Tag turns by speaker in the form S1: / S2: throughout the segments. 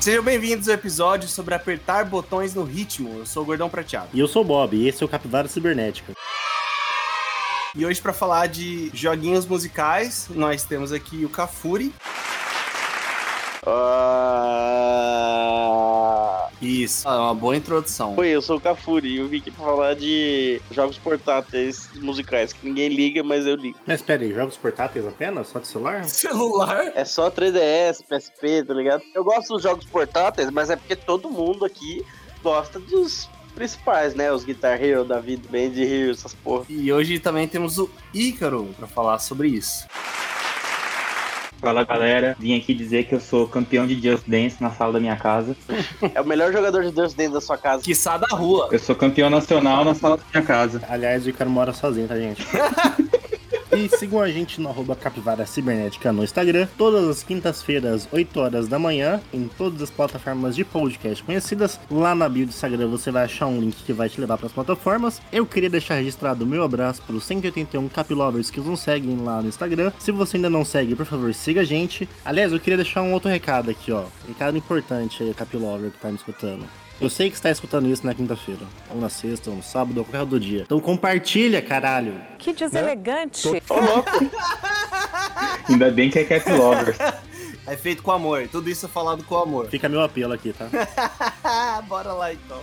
S1: Sejam bem-vindos ao episódio sobre apertar botões no ritmo. Eu sou o Gordão Prateado.
S2: E eu sou o Bob, e esse é o Capivara Cibernética.
S1: E hoje, para falar de joguinhos musicais, nós temos aqui o Cafuri.
S3: Ah,
S1: Isso, é uma boa introdução.
S3: Oi, eu sou o Cafuri e eu vim aqui pra falar de jogos portáteis musicais que ninguém liga, mas eu ligo.
S2: Mas pera aí, jogos portáteis apenas? Só de celular?
S1: Celular?
S3: É só 3DS, PSP, tá ligado? Eu gosto dos jogos portáteis, mas é porque todo mundo aqui gosta dos principais, né? Os Guitar Hero, da vida, Band Hero, essas porra.
S1: E hoje também temos o Ícaro para falar sobre isso.
S4: Fala galera, vim aqui dizer que eu sou campeão de Just Dance na sala da minha casa.
S3: É o melhor jogador de Deus dentro da sua casa.
S1: Quiçá da rua.
S4: Eu sou campeão nacional na sala da minha casa.
S2: Aliás, o Icaro mora sozinho, tá, gente? E sigam a gente no arroba Capivara Cibernética no Instagram, todas as quintas-feiras, 8 horas da manhã, em todas as plataformas de podcast conhecidas. Lá na bio do Instagram você vai achar um link que vai te levar para as plataformas. Eu queria deixar registrado o meu abraço para os 181 Capilovers um que nos seguem lá no Instagram. Se você ainda não segue, por favor, siga a gente. Aliás, eu queria deixar um outro recado aqui, ó. Recado importante aí, Capilover que tá me escutando. Eu sei que está escutando isso na quinta-feira, ou na sexta, ou no sábado, ou qualquer outro dia. Então compartilha, caralho.
S5: Que deselegante.
S4: Ainda bem que é Cat Lover.
S1: É feito com amor. Tudo isso é falado com amor.
S2: Fica meu apelo aqui, tá?
S1: Bora lá então.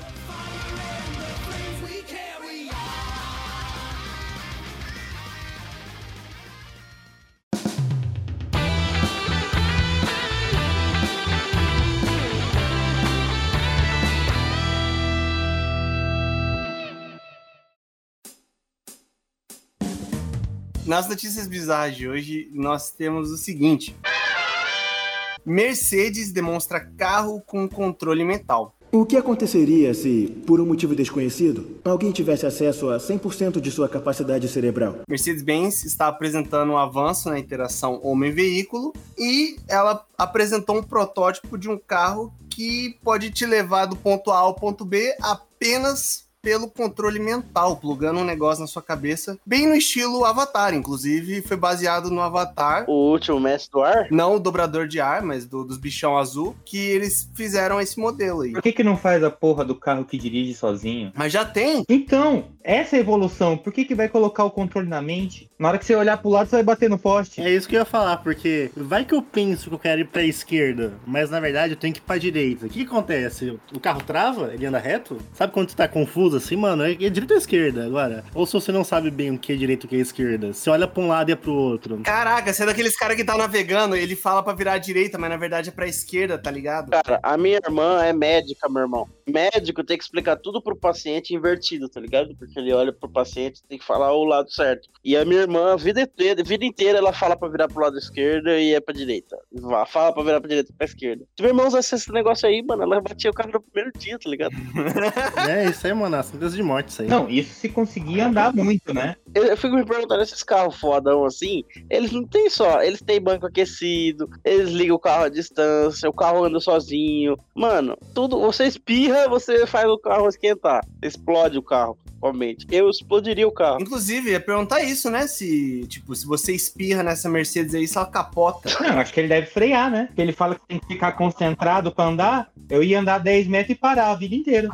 S1: Nas notícias bizarras de hoje, nós temos o seguinte: Mercedes demonstra carro com controle mental.
S6: O que aconteceria se, por um motivo desconhecido, alguém tivesse acesso a 100% de sua capacidade cerebral?
S1: Mercedes-Benz está apresentando um avanço na interação homem-veículo e ela apresentou um protótipo de um carro que pode te levar do ponto A ao ponto B apenas pelo controle mental, plugando um negócio na sua cabeça, bem no estilo Avatar, inclusive foi baseado no Avatar.
S3: O último mestre do ar?
S1: Não o dobrador de ar, mas do- dos bichão azul, que eles fizeram esse modelo aí.
S4: Por que, que não faz a porra do carro que dirige sozinho?
S1: Mas já tem.
S4: Então, essa é a evolução. Por que, que vai colocar o controle na mente? Na hora que você olhar pro lado, você vai bater no poste.
S2: É isso que eu ia falar, porque vai que eu penso que eu quero ir pra esquerda, mas na verdade eu tenho que ir pra direita. O que que acontece? O carro trava? Ele anda reto? Sabe quando tu tá confuso assim, mano? É é direita ou esquerda agora? Ou se você não sabe bem o que é direito e o que é esquerda? Você olha pra um lado e é pro outro.
S1: Caraca, você é daqueles caras que tá navegando, ele fala pra virar à direita, mas na verdade é pra esquerda, tá ligado?
S3: Cara, a minha irmã é médica, meu irmão. Médico tem que explicar tudo pro paciente invertido, tá ligado? Porque ele olha pro paciente tem que falar o lado certo. E a minha irmã, a vida inteira, a vida inteira ela fala pra virar pro lado esquerdo e é pra direita. Vá, Fala pra virar pra direita, pra esquerda. Se meu irmão usasse esse negócio aí, mano, ela batia o cara no primeiro dia, tá ligado?
S2: é isso aí, mano. A sentença de morte isso aí.
S4: Não, isso se conseguir andar muito, né?
S3: Eu, eu fico me perguntando, esses carros fodão assim, eles não tem só, eles têm banco aquecido, eles ligam o carro à distância, o carro anda sozinho. Mano, tudo, você espirra, você faz o carro esquentar, explode o carro. Realmente. Eu explodiria o
S1: Tá.
S3: carro.
S1: Inclusive, ia perguntar isso, né? Se, tipo, se você espirra nessa Mercedes aí, se ela capota.
S4: Não, acho que ele deve frear, né? Porque ele fala que tem que ficar concentrado pra andar. Eu ia andar 10 metros e parar a vida inteira.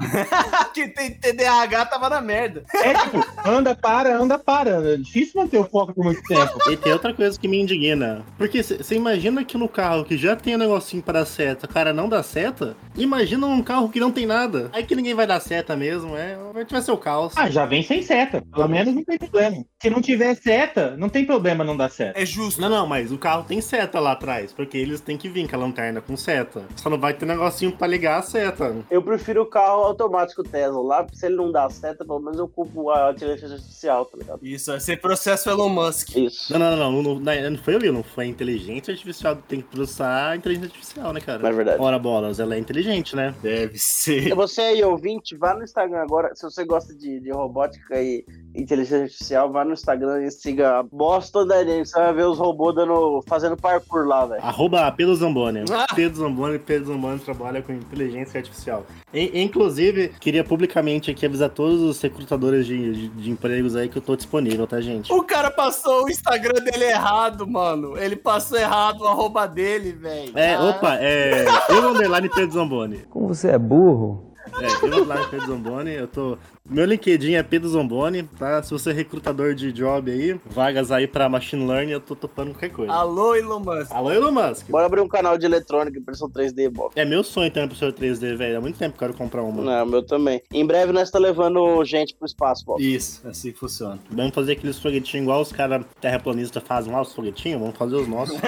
S1: que tem TDAH tava na merda.
S4: É tipo, anda, para, anda, para. É difícil manter o foco por muito tempo.
S2: E tem outra coisa que me indigna. Porque você imagina que no carro que já tem um negocinho para dar seta, o cara não dá seta. Imagina um carro que não tem nada. Aí que ninguém vai dar seta mesmo, é. Vai ser o caos.
S4: Ah, já vem sem seta. Pelo menos não tem problema. Se não tiver seta, não tem problema não dar seta.
S1: É justo.
S2: Não, não, mas o carro tem seta lá atrás, porque eles têm que vir com a lanterna com seta. Só não vai ter negocinho pra ligar a seta.
S3: Eu prefiro o carro automático Tesla lá, porque se ele não dá seta, pelo menos eu culpo a inteligência artificial, tá ligado?
S1: Isso, esse processo Elon Musk.
S3: Isso.
S2: Não, não, não, não, não, não, não foi eu, não foi a inteligência artificial. Tem que processar a inteligência artificial, né, cara?
S3: É verdade.
S2: Ora bolas, ela é inteligente, né?
S1: Deve ser.
S3: Você aí, ouvinte, vá no Instagram agora. Se você gosta de, de robótica e inteligência artificial, vá no Instagram e siga a bosta da Enem. Você vai ver os robôs dando, fazendo parkour lá, velho.
S2: Arroba Pedro Zamboni.
S1: Ah!
S2: Pedro Zamboni, Pedro Zamboni trabalha com inteligência artificial. E- inclusive, queria publicamente aqui avisar todos os recrutadores de, de- de empregos aí que eu tô disponível, tá, gente?
S1: O cara passou o Instagram dele errado, mano. Ele passou errado o arroba dele, velho.
S2: É,
S1: Ah.
S2: opa, é. Eu underline Pedro Zamboni.
S5: Como você é burro.
S2: É, eu underline Pedro Zamboni, eu tô. Meu LinkedIn é Pedro Zamboni, tá? Se você é recrutador de job aí, vagas aí pra machine learning, eu tô topando qualquer coisa.
S1: Alô, Elon Musk.
S2: Alô, Elon Musk.
S3: Bora abrir um canal de eletrônica, impressão 3D, bom.
S2: É meu sonho ter uma impressora 3D, velho. Há muito tempo que eu quero comprar uma.
S3: Não, é meu também. Em breve nós tá levando gente pro espaço, Bob.
S1: Isso, assim que funciona.
S2: Vamos fazer aqueles foguetinhos igual os caras terraplanistas fazem lá, os foguetinhos, vamos fazer os nossos.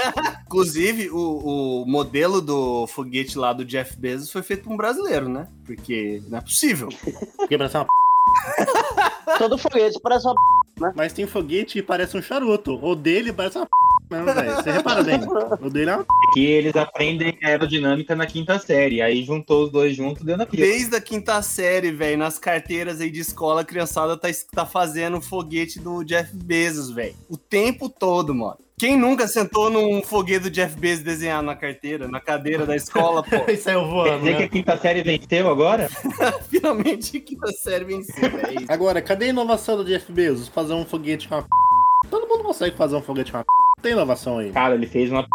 S1: Inclusive, o, o modelo do foguete lá do Jeff Bezos foi feito por um brasileiro, né? Porque não é possível.
S2: Porque parece uma p...
S3: Todo foguete parece uma
S2: Mas tem foguete que parece um charuto. O dele parece uma p... mesmo, velho. Você repara bem. O dele é uma p...
S4: É que eles aprendem aerodinâmica na quinta série. Aí juntou os dois juntos, deu na pista.
S1: Desde a quinta série, velho, nas carteiras aí de escola, a criançada tá, es- tá fazendo o foguete do Jeff Bezos, velho. O tempo todo, mano. Quem nunca sentou num foguete do Jeff Bezos desenhado na carteira, na cadeira da escola, pô?
S2: Isso aí eu
S4: Quer
S2: voando,
S4: dizer que
S2: né?
S4: a quinta série venceu agora?
S1: Finalmente a quinta série venceu, é velho.
S2: Agora, cadê a inovação do Jeff Bezos? Fazer um foguete com uma p... Todo mundo consegue fazer um foguete com uma p... Tem inovação aí.
S4: Cara, ele fez uma p...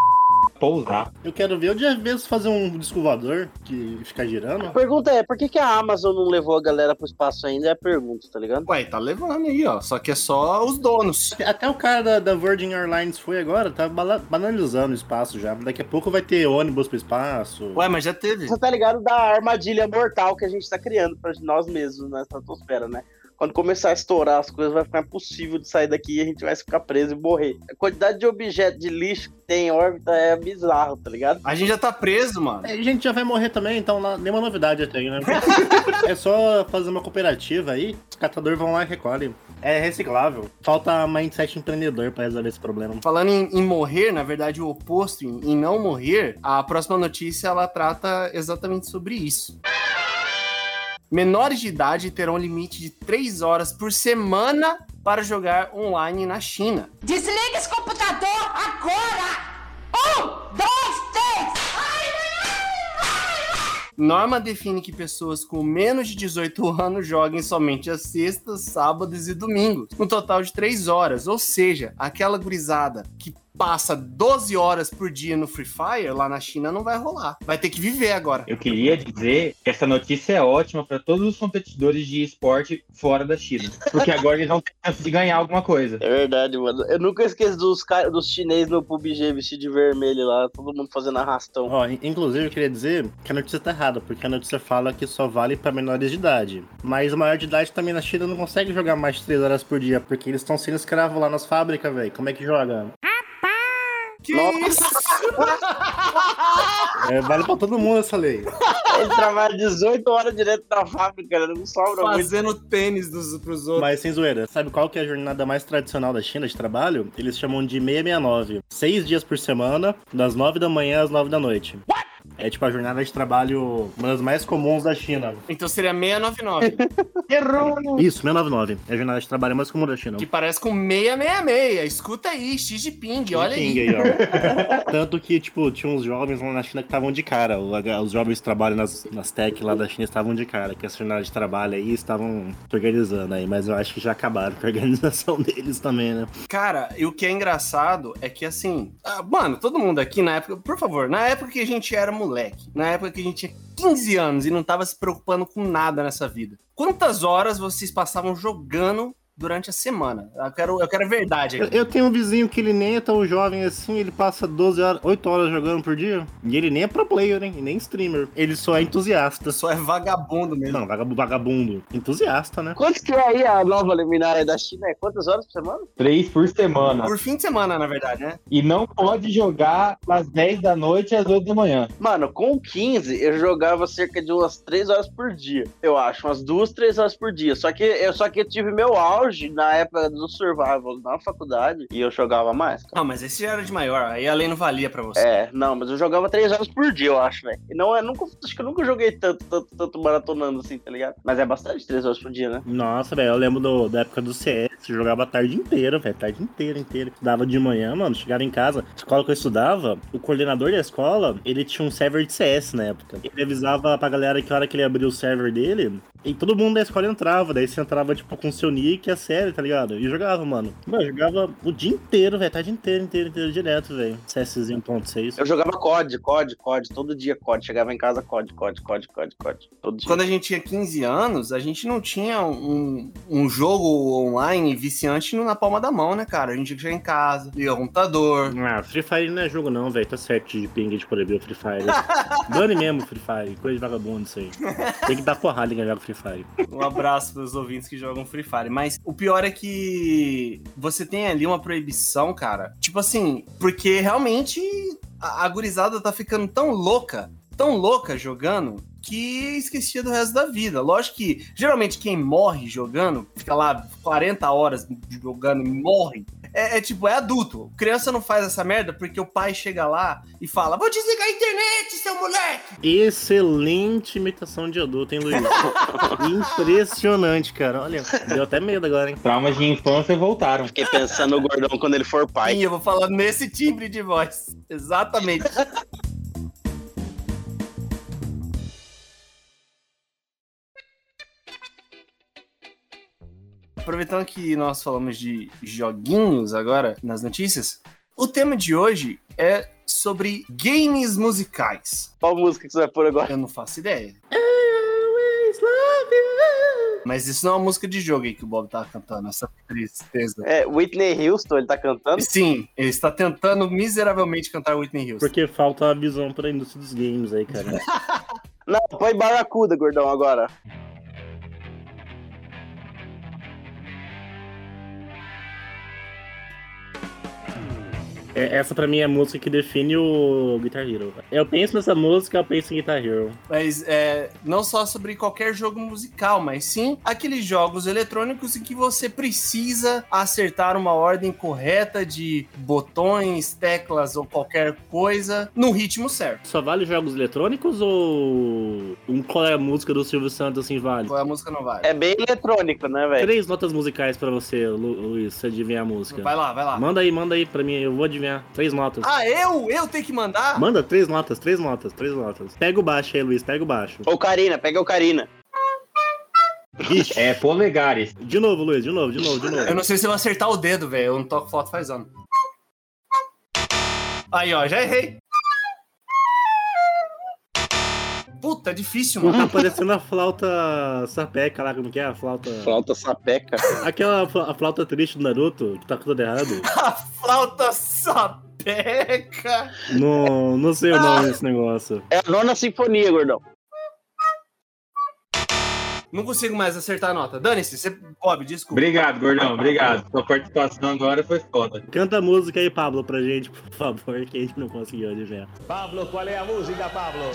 S4: pousar.
S2: Eu quero ver o Jeff Bezos fazer um disco voador que fica
S3: A
S2: girando.
S3: pergunta é, por que, que a Amazon não levou a galera pro espaço ainda? É a pergunta, tá ligado?
S1: Ué, tá levando aí, ó. Só que é só os donos.
S2: Até o cara da, da Virgin Airlines foi agora, tá bala- banalizando o espaço já. Daqui a pouco vai ter ônibus pro espaço.
S1: Ué, mas já teve.
S3: Você tá ligado da armadilha mortal que a gente tá criando pra nós mesmos na estratosfera, né? Quando começar a estourar as coisas, vai ficar impossível de sair daqui e a gente vai ficar preso e morrer. A quantidade de objeto de lixo que tem em órbita é bizarro, tá ligado?
S1: A gente já tá preso, mano.
S2: É, A gente já vai morrer também, então lá, nenhuma novidade até aí, né? é só fazer uma cooperativa aí, os catadores vão lá e recolhem. É reciclável. Falta mindset empreendedor pra resolver esse problema.
S1: Falando em, em morrer, na verdade, o oposto, em, em não morrer, a próxima notícia ela trata exatamente sobre isso. Menores de idade terão um limite de 3 horas por semana para jogar online na China.
S7: Desliga esse computador agora! Um, dois, três!
S1: Norma define que pessoas com menos de 18 anos joguem somente às sextas, sábados e domingos, no total de 3 horas, ou seja, aquela gurizada que passa 12 horas por dia no Free Fire lá na China não vai rolar. Vai ter que viver agora.
S4: Eu queria dizer que essa notícia é ótima pra todos os competidores de esporte fora da China. Porque agora eles vão ter chance de ganhar alguma coisa.
S3: É verdade, mano. Eu nunca esqueço dos, ca- dos chineses no PUBG vestido de vermelho lá, todo mundo fazendo arrastão.
S2: Ó, in- inclusive eu queria dizer que a notícia tá errada, porque a notícia fala que só vale pra menores de idade. Mas o maior de idade também na China não consegue jogar mais de 3 horas por dia, porque eles estão sendo escravos lá nas fábricas, velho. Como é que joga?
S1: Que
S3: Nossa.
S1: isso?
S2: É, vale pra todo mundo essa lei.
S3: Ele trabalha 18 horas direto na fábrica, né? não sobra muito.
S1: Fazendo tênis dos, pros outros.
S2: Mas sem zoeira, sabe qual que é a jornada mais tradicional da China de trabalho? Eles chamam de 669. Seis dias por semana, das nove da manhã às nove da noite. É tipo a jornada de trabalho, uma das mais comuns da China.
S1: Então seria 699,
S4: Errou!
S2: Isso, 699. É a jornada de trabalho mais comum da China.
S1: que parece com 666. Escuta aí, X de ping, olha aí.
S2: Ping aí, ó. Tanto que, tipo, tinha uns jovens lá na China que estavam de cara. O- Os jovens que trabalham nas, nas tech lá da China estavam de cara, que essa jornada de trabalho aí estavam se organizando aí. Mas eu acho que já acabaram com a organização deles também, né?
S1: Cara, e o que é engraçado é que assim, ah, mano, todo mundo aqui na época, por favor, na época que a gente era moleque, na época que a gente tinha 15 anos e não tava se preocupando com nada nessa vida. Quantas horas vocês passavam jogando durante a semana? Eu quero, eu quero a verdade
S2: Eu,
S1: aqui.
S2: eu tenho um vizinho que ele nem é tão jovem assim, ele passa 12 horas, 8 horas jogando por dia. E ele nem é pro player, hein? E nem streamer. Ele só é entusiasta.
S1: Eu sou é vagabundo mesmo.
S2: Não, vagabu- vagabundo. Entusiasta, né?
S3: Quantos que é aí a nova luminária da China? É quantas horas por semana?
S4: Três por semana.
S1: Por fim de semana, na verdade, né?
S4: E não pode jogar às 10 da noite e às 8 da manhã.
S3: Mano, com 15 eu jogava cerca de umas 3 horas por dia, eu acho. Umas 2, 3 horas por dia. Só que eu, só que eu tive meu auge hoje, na época do Survival na faculdade, e eu jogava mais. cara.
S1: Ah, mas esse já era de maior, aí a lei não valia pra você.
S3: É, não, mas eu jogava três horas por dia, eu acho, velho. E não é, nunca, acho que eu nunca joguei tanto, tanto, tanto maratonando assim, tá ligado? Mas é bastante três horas por dia, né?
S2: Nossa, velho, eu lembro do- da época do CS, eu jogava a tarde inteira, velho, tarde inteira, inteira. Estudava de manhã, mano, chegava em casa, a escola que eu estudava, o coordenador da escola, ele tinha um server de CS na época. Ele avisava pra galera que a hora que ele abriu o server dele, e todo mundo da escola entrava, daí você entrava, tipo, com seu nick e a série, tá ligado? E jogava, mano. Mano, eu jogava o dia inteiro, velho, tarde inteira, inteira, inteira, direto, velho. CSzinho 1.6.
S3: Eu jogava COD, COD, COD, todo dia COD. Chegava em casa COD, COD, COD, COD, COD. Todo dia.
S1: Quando a gente tinha 15 anos, a gente não tinha um, um jogo online viciante na palma da mão, né, cara? A gente chega em casa, liga o computador.
S2: Ah, Free Fire não é jogo não, velho. Tá certo de ping de proibir o Free Fire. Dane mesmo Free Fire, coisa de vagabundo isso aí. Tem que dar porrada em quem joga Free Fire.
S1: Um abraço para os ouvintes que jogam Free Fire. Mas o pior é que você tem ali uma proibição, cara. Tipo assim, porque realmente a, a gurizada tá ficando tão louca, tão louca jogando, que esquecia do resto da vida. Lógico que geralmente quem morre jogando, fica lá 40 horas jogando e morre. É, é tipo, é adulto. Criança não faz essa merda porque o pai chega lá e fala: Vou desligar a internet, seu moleque!
S2: Excelente imitação de adulto, hein, Luiz? Impressionante, cara. Olha, deu até medo agora, hein?
S4: Traumas de infância voltaram.
S3: Fiquei pensando no gordão quando ele for pai.
S1: Sim, eu vou falar nesse timbre de voz. Exatamente. Aproveitando que nós falamos de joguinhos agora nas notícias, o tema de hoje é sobre games musicais.
S3: Qual música que você vai pôr agora?
S1: Eu não faço ideia. Mas isso não é uma música de jogo aí que o Bob tá cantando, essa tristeza.
S3: É, Whitney Houston, ele tá cantando?
S1: Sim, ele está tentando miseravelmente cantar Whitney Houston.
S2: Porque falta a visão pra indústria dos games aí, cara.
S3: Não, põe Barracuda, gordão, agora.
S2: É, essa pra mim é a música que define o Guitar Hero. velho. Eu penso nessa música, eu penso em Guitar Hero.
S1: Mas é, não só sobre qualquer jogo musical, mas sim aqueles jogos eletrônicos em que você precisa acertar uma ordem correta de botões, teclas ou qualquer coisa no ritmo certo.
S2: Só vale jogos eletrônicos ou um qual é a música do Silvio Santos assim vale?
S1: Qual é a música não vale?
S3: É bem eletrônico, né, velho?
S2: Três notas musicais pra você, Lu- Luiz, se adivinhar a música.
S1: Vai lá, vai lá.
S2: Manda aí, manda aí pra mim, eu vou adivinhar. Três notas.
S1: Ah, eu? Eu tenho que mandar?
S2: Manda três notas, três notas, três notas. Pega o baixo aí, Luiz, pega o baixo.
S3: Ou Karina, pega o Karina.
S4: É polegares.
S2: De novo, Luiz, de novo, de novo, de
S1: Eu
S2: novo.
S1: não sei se eu vou acertar o dedo, velho. Eu não toco foto faz ano. Aí, ó, já errei. Puta, é difícil, mano.
S2: Tá parecendo a flauta sapeca lá, como que é? A flauta.
S3: Flauta sapeca.
S2: Aquela fla- a flauta triste do Naruto, que tá tudo errado.
S1: A flauta sapeca.
S2: Não, não sei o nome desse negócio.
S3: É a nona sinfonia, gordão.
S1: Não consigo mais acertar a nota. Dane-se, você... Bob, desculpa.
S4: Obrigado, gordão. Obrigado. Sua participação agora foi foda.
S2: Canta a música aí, Pablo, pra gente, por favor, que a gente não conseguiu adivinhar.
S5: Pablo, qual é a música, Pablo?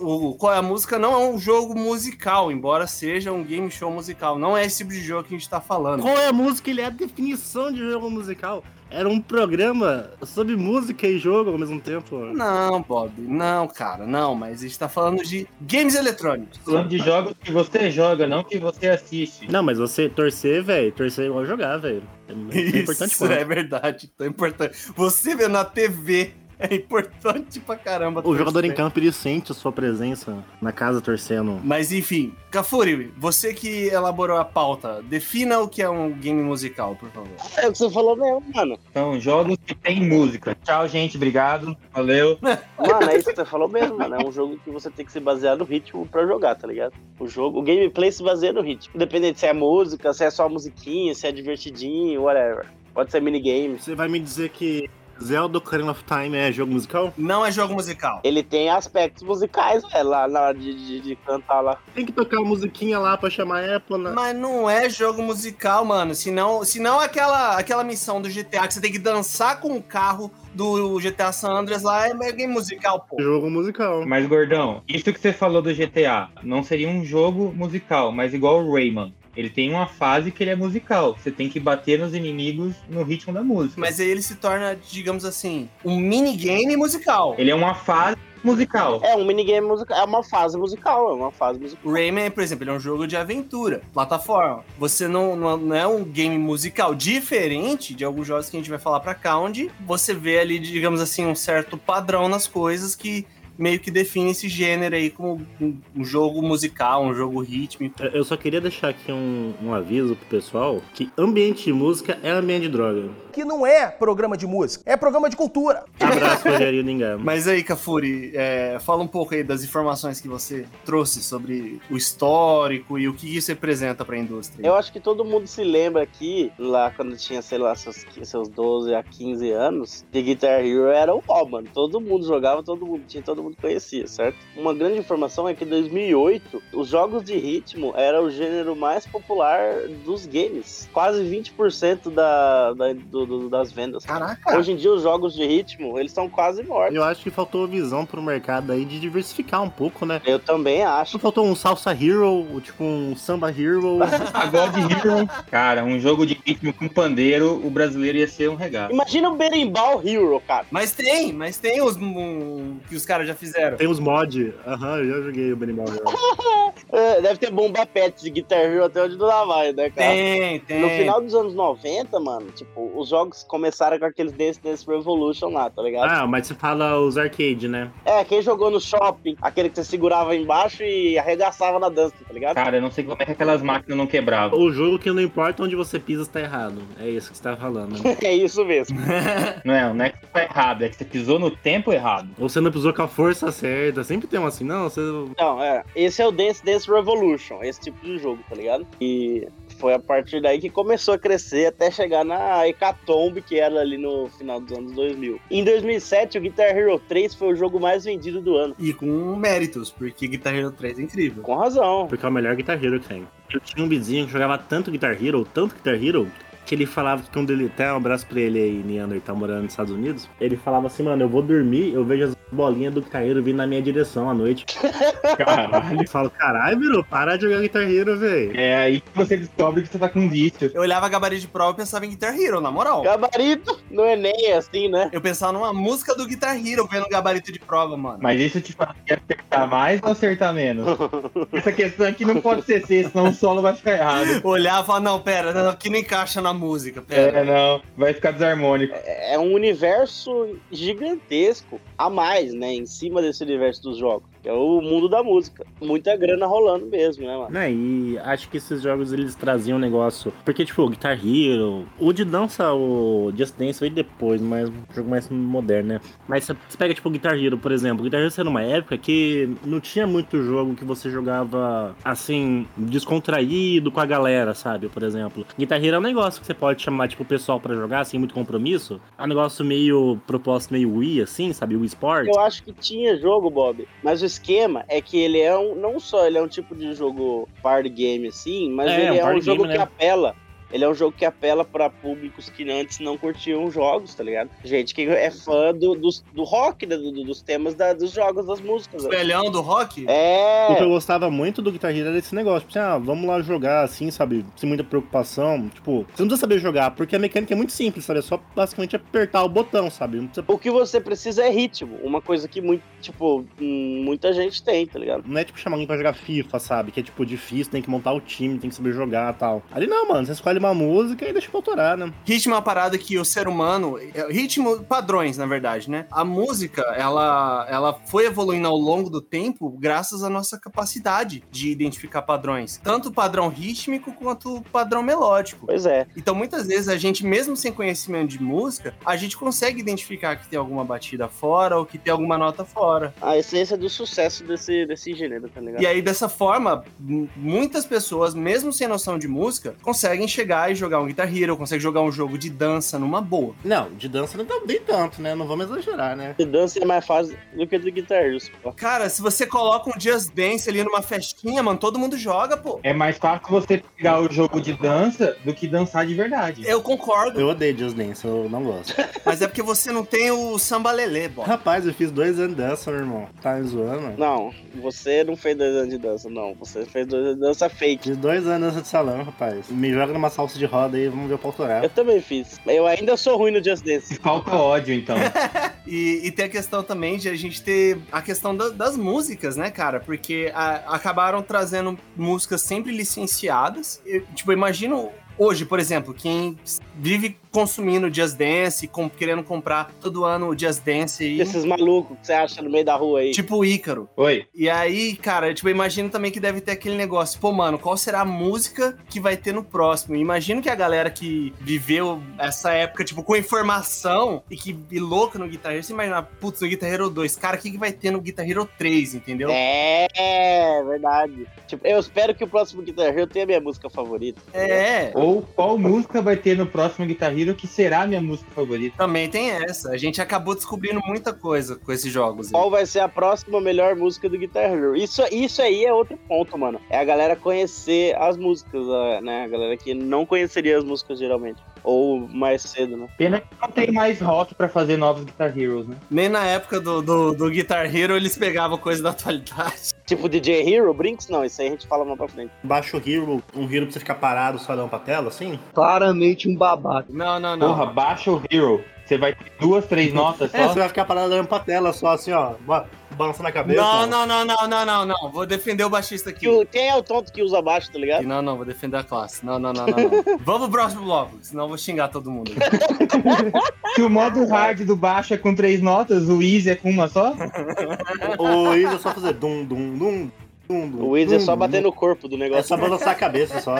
S1: O Qual é a Música não é um jogo musical, embora seja um game show musical. Não é esse tipo de jogo que a gente tá falando.
S2: Qual é a música? Ele é a definição de jogo musical. Era um programa sobre música e jogo ao mesmo tempo.
S1: Não, Bob, não, cara, não. Mas a gente tá falando de games eletrônicos.
S4: Falando de jogos que você joga, não que você assiste.
S2: Não, mas você torcer, velho, torcer é igual jogar, velho. É muito importante
S1: Isso,
S2: quanto.
S1: é verdade. Tão importante. Você vê na TV... É importante pra caramba.
S2: O jogador em campo ele sente a sua presença na casa torcendo.
S1: Mas enfim, Cafuri, você que elaborou a pauta, defina o que é um game musical, por favor.
S3: É o que você falou mesmo, mano.
S4: São jogos que tem música. Tchau, gente. Obrigado. Valeu.
S3: Mano, é isso que você falou mesmo, mano. É um jogo que você tem que se basear no ritmo pra jogar, tá ligado? O jogo, o gameplay se baseia no ritmo. Independente se é música, se é só musiquinha, se é divertidinho, whatever. Pode ser minigame.
S2: Você vai me dizer que Zelda Ocarina of Time é jogo musical?
S1: Não é jogo musical.
S3: Ele tem aspectos musicais, velho, lá na hora de, de- de cantar lá.
S2: Tem que tocar uma musiquinha lá pra chamar a Apple, né?
S1: Mas não é jogo musical, mano. Senão, senão é aquela, aquela missão do GTA que você tem que dançar com o carro do GTA San Andreas lá é é game musical, pô.
S2: Jogo musical.
S4: Mas, gordão, isso que você falou do GTA não seria um jogo musical, mas igual o Rayman. Ele tem uma fase que ele é musical. Você tem que bater nos inimigos no ritmo da música.
S1: Mas aí ele se torna, digamos assim, um minigame musical.
S4: Ele é uma fase musical.
S3: É um minigame musical, é uma fase musical, é uma fase musical.
S1: O Rayman, por exemplo, ele é um jogo de aventura, plataforma. Você não, não, não é um game musical diferente de alguns jogos que a gente vai falar pra cá, onde você vê ali, digamos assim, um certo padrão nas coisas que meio que define esse gênero aí como um, um jogo musical, um jogo rítmico.
S2: Eu só queria deixar aqui um, um aviso pro pessoal que ambiente de música é ambiente de droga.
S8: que não é programa de música, é programa de cultura.
S2: Abraço, Rogério Ningá.
S1: Mas aí, Cafuri, é, fala um pouco aí das informações que você trouxe sobre o histórico e o que isso representa pra indústria.
S3: Eu acho que todo mundo se lembra aqui, lá quando tinha, sei lá, seus, seus 12 a 15 anos, de Guitar Hero era o ó, mano. Todo mundo jogava, todo mundo tinha, todo mundo conhecia, certo? Uma grande informação é que em 2008, os jogos de ritmo era o gênero mais popular dos games. Quase 20% da, da- do- do- das vendas.
S1: Caraca!
S3: Hoje em dia, os jogos de ritmo, eles estão quase mortos.
S2: Eu acho que faltou visão pro mercado aí de diversificar um pouco, né?
S3: Eu também acho.
S2: Só faltou um Salsa Hero, tipo um Samba Hero.
S4: A God Hero. Cara, um jogo de ritmo com pandeiro, o brasileiro ia ser um regalo.
S3: Imagina o Berimbau Hero, cara.
S1: Mas tem, mas tem os um, que os caras já fizeram.
S2: Tem os mod. Aham, eu já joguei o Benimbal Hero.
S3: É, Deve ter bomba pet de Guitar Hero até onde não vai, né, cara?
S1: Tem, tem.
S3: No final dos anos 90, mano, tipo, os jogos começaram com aqueles Dance Dance Revolution lá, tá ligado?
S2: Ah, mas você fala os arcade, né?
S3: É, quem jogou no shopping, aquele que você segurava embaixo e arregaçava na dança, tá ligado?
S4: Cara, eu não sei como é que aquelas máquinas não quebravam.
S2: O jogo que não importa onde você pisa tá errado. É isso que você tá falando. né?
S3: É isso mesmo.
S4: Não é, não é que tá errado, é que você pisou no tempo errado.
S2: Ou você não pisou com a força certa. Sempre tem um assim, não, você.
S3: Então, é, esse é o Dance Dance Revolution, esse tipo de jogo, tá ligado? E foi a partir daí que começou a crescer até chegar na Hecatombe, que era ali no final dos anos 2000. Em 2007, o Guitar Hero 3 foi o jogo mais vendido do ano.
S1: E com méritos, porque Guitar Hero 3 é incrível.
S3: Com razão.
S2: Porque é o melhor Guitar Hero que tem. Eu tinha um vizinho que jogava tanto Guitar Hero, tanto Guitar Hero, que ele falava que quando ele. Até um abraço pra ele aí, Neander, tá morando nos Estados Unidos. Ele falava assim, mano, eu vou dormir, eu vejo as bolinhas do Guitar Hero vindo na minha direção à noite.
S4: Caralho.
S2: Eu falo, caralho, Biru, para de jogar Guitar Hero, velho.
S4: É aí que você descobre que você tá com vício.
S1: Eu olhava gabarito de prova e pensava em Guitar Hero, na moral.
S3: Gabarito no Enem, assim, né?
S1: Eu pensava numa música do Guitar Hero vendo gabarito de prova, mano.
S4: Mas isso te fazia acertar mais ou acertar menos? Essa questão aqui não pode ser ser, senão o solo vai ficar errado.
S1: Olhava e falava, não, pera, não, aqui não encaixa na música, pera.
S4: É, não, vai ficar desarmônico.
S3: é um universo gigantesco a mais, né? Em cima desse universo dos jogos. que É o mundo da música. Muita grana rolando mesmo, né, mano?
S2: Né, e acho que esses jogos eles traziam um negócio. Porque, tipo, Guitar Hero, o de dança, o Just Dance veio depois, mas um jogo mais moderno, né? Mas você você pega, tipo, Guitar Hero, por exemplo. Guitar Hero saiu numa época que não tinha muito jogo que você jogava assim, descontraído com a galera, sabe? Por exemplo, Guitar Hero é um negócio que você pode chamar, tipo, o pessoal pra jogar sem muito compromisso. É um negócio meio proposta meio Wii, assim, sabe? Wii Sports.
S3: Eu acho que tinha jogo, Bob. Mas o esquema é que ele é um. Não só ele é um tipo de jogo party game, assim,
S2: É,
S3: mas
S2: um
S3: ele é um
S2: party
S3: jogo
S2: game,
S3: que
S2: né?
S3: apela. Ele é um jogo que apela pra públicos que antes não curtiam jogos, tá ligado? Gente que é fã do, dos- do, rock, né, do- do- dos temas da- dos jogos, das músicas.
S1: O
S3: né?
S1: Espelhão do rock?
S2: O que eu
S3: É,
S2: gostava muito do Guitar Hero era esse negócio, tipo, assim, ah, vamos lá jogar assim, sabe? Sem muita preocupação. Tipo, você não precisa saber jogar, porque a mecânica é muito simples, sabe? É só basicamente apertar o botão, sabe? Não, precisa-
S3: o que você precisa é ritmo. Uma coisa que muito, tipo, hum, muita gente tem, tá ligado?
S2: não é tipo chamar alguém pra jogar FIFA, sabe? Que é tipo difícil, tem que montar o time, tem que saber jogar e tal. Ali não, mano, você escolhe uma música e deixa pra autorar, né?
S1: Ritmo é uma parada que o ser humano. é, Ritmo, padrões, na verdade, né? A música, ela, ela foi evoluindo ao longo do tempo graças à nossa capacidade de identificar padrões. Tanto padrão rítmico quanto padrão melódico.
S3: Pois é.
S1: Então, muitas vezes, a gente, mesmo sem conhecimento de música, a gente consegue identificar que tem alguma batida fora ou que tem alguma nota fora.
S3: A essência do sucesso desse, desse gênero, tá ligado?
S1: E aí, dessa forma, m- muitas pessoas, mesmo sem noção de música, conseguem chegar e jogar um Guitar Hero, consegue jogar um jogo de dança numa boa.
S2: Não, de dança não dá nem tanto, né? Não vamos exagerar, né?
S3: De dança é mais fácil do que do guitarra. só.
S1: Cara, se você coloca um Just Dance ali numa festinha, mano, todo mundo joga, pô.
S4: É mais fácil você pegar o jogo de dança do que dançar de verdade.
S1: Eu concordo,
S2: Eu odeio Just Dance, eu não gosto.
S1: mas é porque você não tem o samba lelê, bó.
S2: Rapaz, eu fiz dois anos de dança, meu irmão. Tá me zoando?
S3: Não, você não fez dois anos de dança, não. Você fez dois anos de dança fake.
S2: Fiz dois anos de dança de salão, rapaz. Me joga numa salsa de roda aí, vamos ver o pau
S3: Eu
S2: torar.
S3: também fiz. Eu ainda sou ruim no Just Dance.
S4: E falta ódio, então.
S1: E, e tem a questão também de a gente ter a questão da- das músicas, né, cara? Porque a- acabaram trazendo músicas sempre licenciadas. E, tipo, imagino hoje, por exemplo, quem vive consumindo Just Dance, com- querendo comprar todo ano o Just Dance e.
S3: Esses malucos que você acha no meio da rua aí.
S1: Tipo o Ícaro.
S4: Oi.
S1: E aí, cara, tipo, eu imagino também que deve ter aquele negócio, pô, mano, qual será a música que vai ter no próximo? Imagino que a galera que viveu essa época, tipo, com informação e que e louca no Guitar Hero, você imagina, putz, no Guitar Hero 2, cara, o que, que vai ter no Guitar Hero 3, entendeu? É,
S3: É, é, verdade. Tipo, eu espero que o próximo Guitar Hero tenha minha música favorita.
S1: É,
S4: Ou qual música vai ter no próximo Guitar Hero que será a minha música favorita?
S1: também tem essa. A gente acabou descobrindo muita coisa com esses jogos. aí.
S3: Qual vai ser a próxima melhor música do Guitar Hero? Isso, isso aí é outro ponto, mano. É a galera conhecer as músicas, a- né? A galera que não conheceria as músicas geralmente. Ou mais cedo, né?
S4: Pena que não tem mais rock pra fazer novos Guitar Heroes, né?
S1: Nem na época do, do, do Guitar Hero eles pegavam coisa da atualidade.
S3: Tipo DJ Hero, Brinks? Não, isso aí a gente fala mais pra frente.
S2: Baixa o Hero, um Hero pra você ficar parado, só olhando pra tela, assim.
S9: Claramente um babaca.
S1: Não, não, não.
S4: Porra, baixa o Hero. Você vai ter duas, três notas
S2: É, você
S4: só.
S2: vai ficar parado olhando pra tela, só assim, ó. ba- Balançando a cabeça.
S1: não, não, não, não, não, não, não. Vou defender o baixista aqui.
S3: Que o- Quem é o tonto que usa baixo, tá ligado?
S1: Não, não, vou defender a classe. Não, não, não, não. não. Vamos pro próximo bloco, senão eu vou xingar todo mundo.
S4: Se o modo hard do baixo é com três notas, o easy é com uma só.
S2: O Wiz é só fazer dum, dum, dum, dum, dum.
S3: O Wiz é só
S2: dum,
S3: bater
S2: dum.
S3: no corpo do
S2: É
S3: negócio.
S2: só balançar a cabeça, só.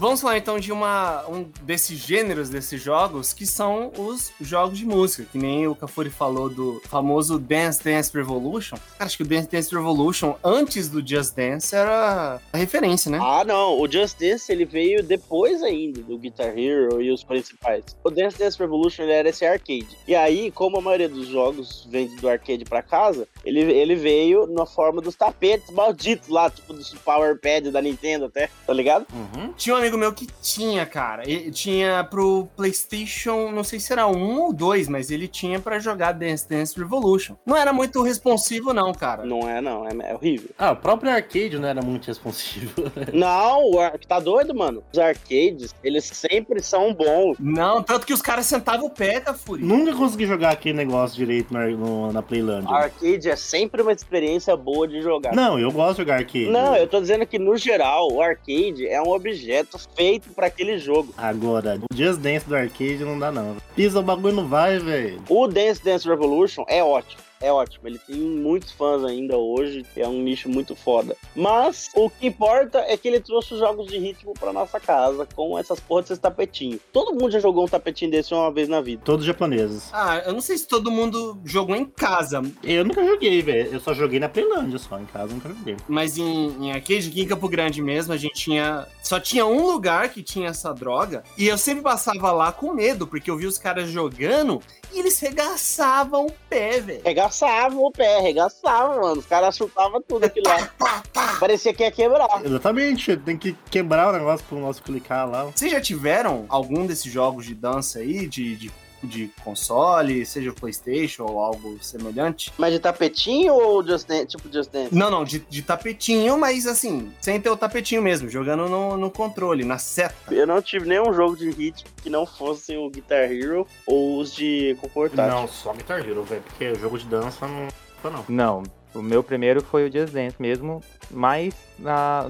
S1: Vamos falar então de uma, um desses gêneros desses jogos, que são os jogos de música, que nem o Cafuri falou do famoso Dance Dance Revolution. Cara, acho que o Dance Dance Revolution, antes do Just Dance, era a referência, né?
S3: Ah, não. O Just Dance ele veio depois ainda do Guitar Hero e os principais. O Dance Dance Revolution ele era esse arcade. E aí, como a maioria dos jogos vem do arcade pra casa, ele, ele veio na forma dos tapetes malditos lá, tipo dos Power Pad da Nintendo até, tá ligado?
S2: Uhum.
S1: Tinha um amigo meu que tinha, cara. Ele tinha pro PlayStation, não sei se era um ou dois, mas ele tinha pra jogar Dance Dance Revolution. Não era muito responsivo, não, cara.
S3: Não é, não. É, é horrível.
S2: Ah, o próprio arcade não era muito responsivo.
S3: não, o ar- tá doido, mano. Os arcades, eles sempre são bons.
S1: Não, tanto que os caras sentavam o pé, Cafuri.
S2: Nunca consegui jogar aquele negócio direito na, no- na Playland.
S3: Arcade é sempre uma experiência boa de jogar.
S2: Não, eu gosto de jogar arcade.
S3: Não, eu tô dizendo que no geral o arcade é um objeto feito pra aquele jogo.
S2: Agora, o Just Dance do arcade não dá não. Pisa o bagulho não vai, velho.
S3: O Dance Dance Revolution é ótimo. É ótimo, ele tem muitos fãs ainda hoje, é um nicho muito foda. Mas o que importa é que ele trouxe os jogos de ritmo pra nossa casa com essas porras desses tapetinhos. Todo mundo já jogou um tapetinho desse uma vez na vida.
S2: Todos japoneses.
S1: Ah, eu não sei se todo mundo jogou em casa,
S2: Eu nunca joguei, velho. Eu só joguei na Playland, só em casa nunca joguei.
S1: mas em, em arcade, aqui em Campo Grande mesmo, a gente tinha. Só tinha um lugar que tinha essa droga. E eu sempre passava lá com medo, porque eu via os caras jogando e eles regaçavam o pé, velho.
S3: Regaçavam o pé, regaçavam, mano. Os caras chutavam tudo aquilo lá. Parecia que ia quebrar.
S2: Exatamente, tem que quebrar o negócio pro nosso clicar lá.
S1: Vocês já tiveram algum desses jogos de dança aí, de, de, de console, seja PlayStation ou algo semelhante?
S3: Mas de tapetinho ou Just Dance? Tipo Just Dance?
S1: Não, não, de, de tapetinho, mas assim, sem ter o tapetinho mesmo, jogando no, no controle, na seta.
S3: Eu não tive nenhum jogo de ritmo que não fosse o Guitar Hero ou os de comportar.
S2: Não, só Guitar Hero, velho. Porque jogo de dança não. tá, Não.
S4: Não, o meu primeiro foi o Just Dance mesmo, mais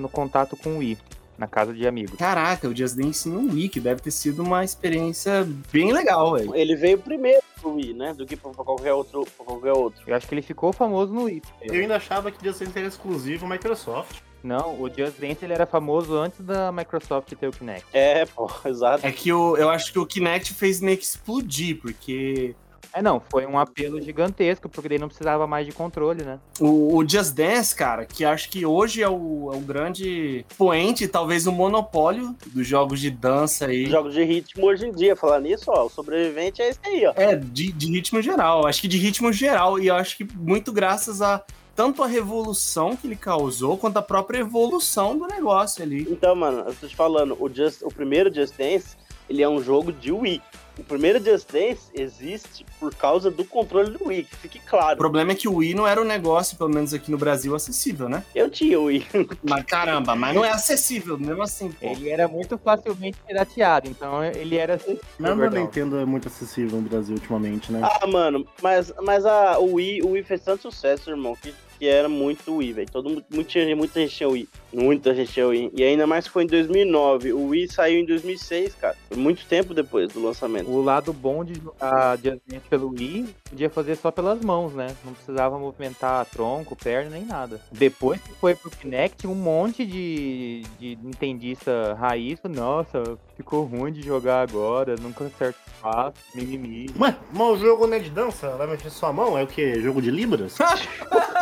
S4: no contato com o Wii.
S10: na casa de amigos.
S1: Caraca, o Just Dance no Wiki deve ter sido uma experiência bem legal, velho.
S3: Ele veio primeiro pro Wii, né? Do que pra pra qualquer outro. pra qualquer outro.
S10: Eu acho que ele ficou famoso no Wii.
S2: Eu ainda achava que Just Dance era exclusivo Microsoft.
S10: Não, o Just Dance ele era famoso antes da Microsoft ter o Kinect.
S3: É, pô, exato.
S1: É que o, eu acho que o Kinect fez meio que explodir, porque
S10: É não, foi um apelo gigantesco, porque daí não precisava mais de controle, né?
S1: O, o Just Dance, cara, que acho que hoje é o, é o grande poente, talvez o monopólio dos jogos de dança aí.
S3: Jogos de ritmo hoje em dia, falar nisso, ó, o sobrevivente é esse aí, ó.
S1: É, de, de ritmo geral. Acho que de ritmo geral. E eu acho que muito graças a tanto a revolução que ele causou, quanto a própria evolução do negócio ali.
S3: Então, mano, eu tô te falando, o, Just, o primeiro Just Dance, ele é um jogo de Wii. O primeiro Just Dance existe por causa do controle do Wii, que fique
S1: O
S3: claro.
S1: problema é que o Wii não era um negócio, pelo menos aqui no Brasil, acessível, né?
S3: Eu tinha o Wii.
S1: Mas caramba, mas não é acessível, mesmo assim, pô.
S10: Ele era muito facilmente pirateado, então ele era acessível,
S2: Nada da
S10: Gordão.
S2: Nintendo é muito acessível no Brasil ultimamente, né?
S3: Ah, mano, mas, mas a, o, Wii, o Wii fez tanto sucesso, irmão, que, que era muito Wii, velho. Todo mundo, muito, tinha- muita gente tinha Wii. Muita gente tinha Wii. E ainda mais que foi em 2009. O Wii saiu em 2006, cara. Foi Muito tempo depois do lançamento.
S10: O lado bom de jogar Just Dance pelo Wii, podia fazer só pelas mãos, né? Não precisava movimentar tronco, perna, nem nada. Depois que foi pro Kinect, um monte de, de Nintendista raiz, falou, nossa, ficou ruim de jogar agora, nunca acerto o passo, mimimi.
S2: Mas, mas o jogo não é de dança? Vai mexer sua mão? É o quê? Jogo de libras?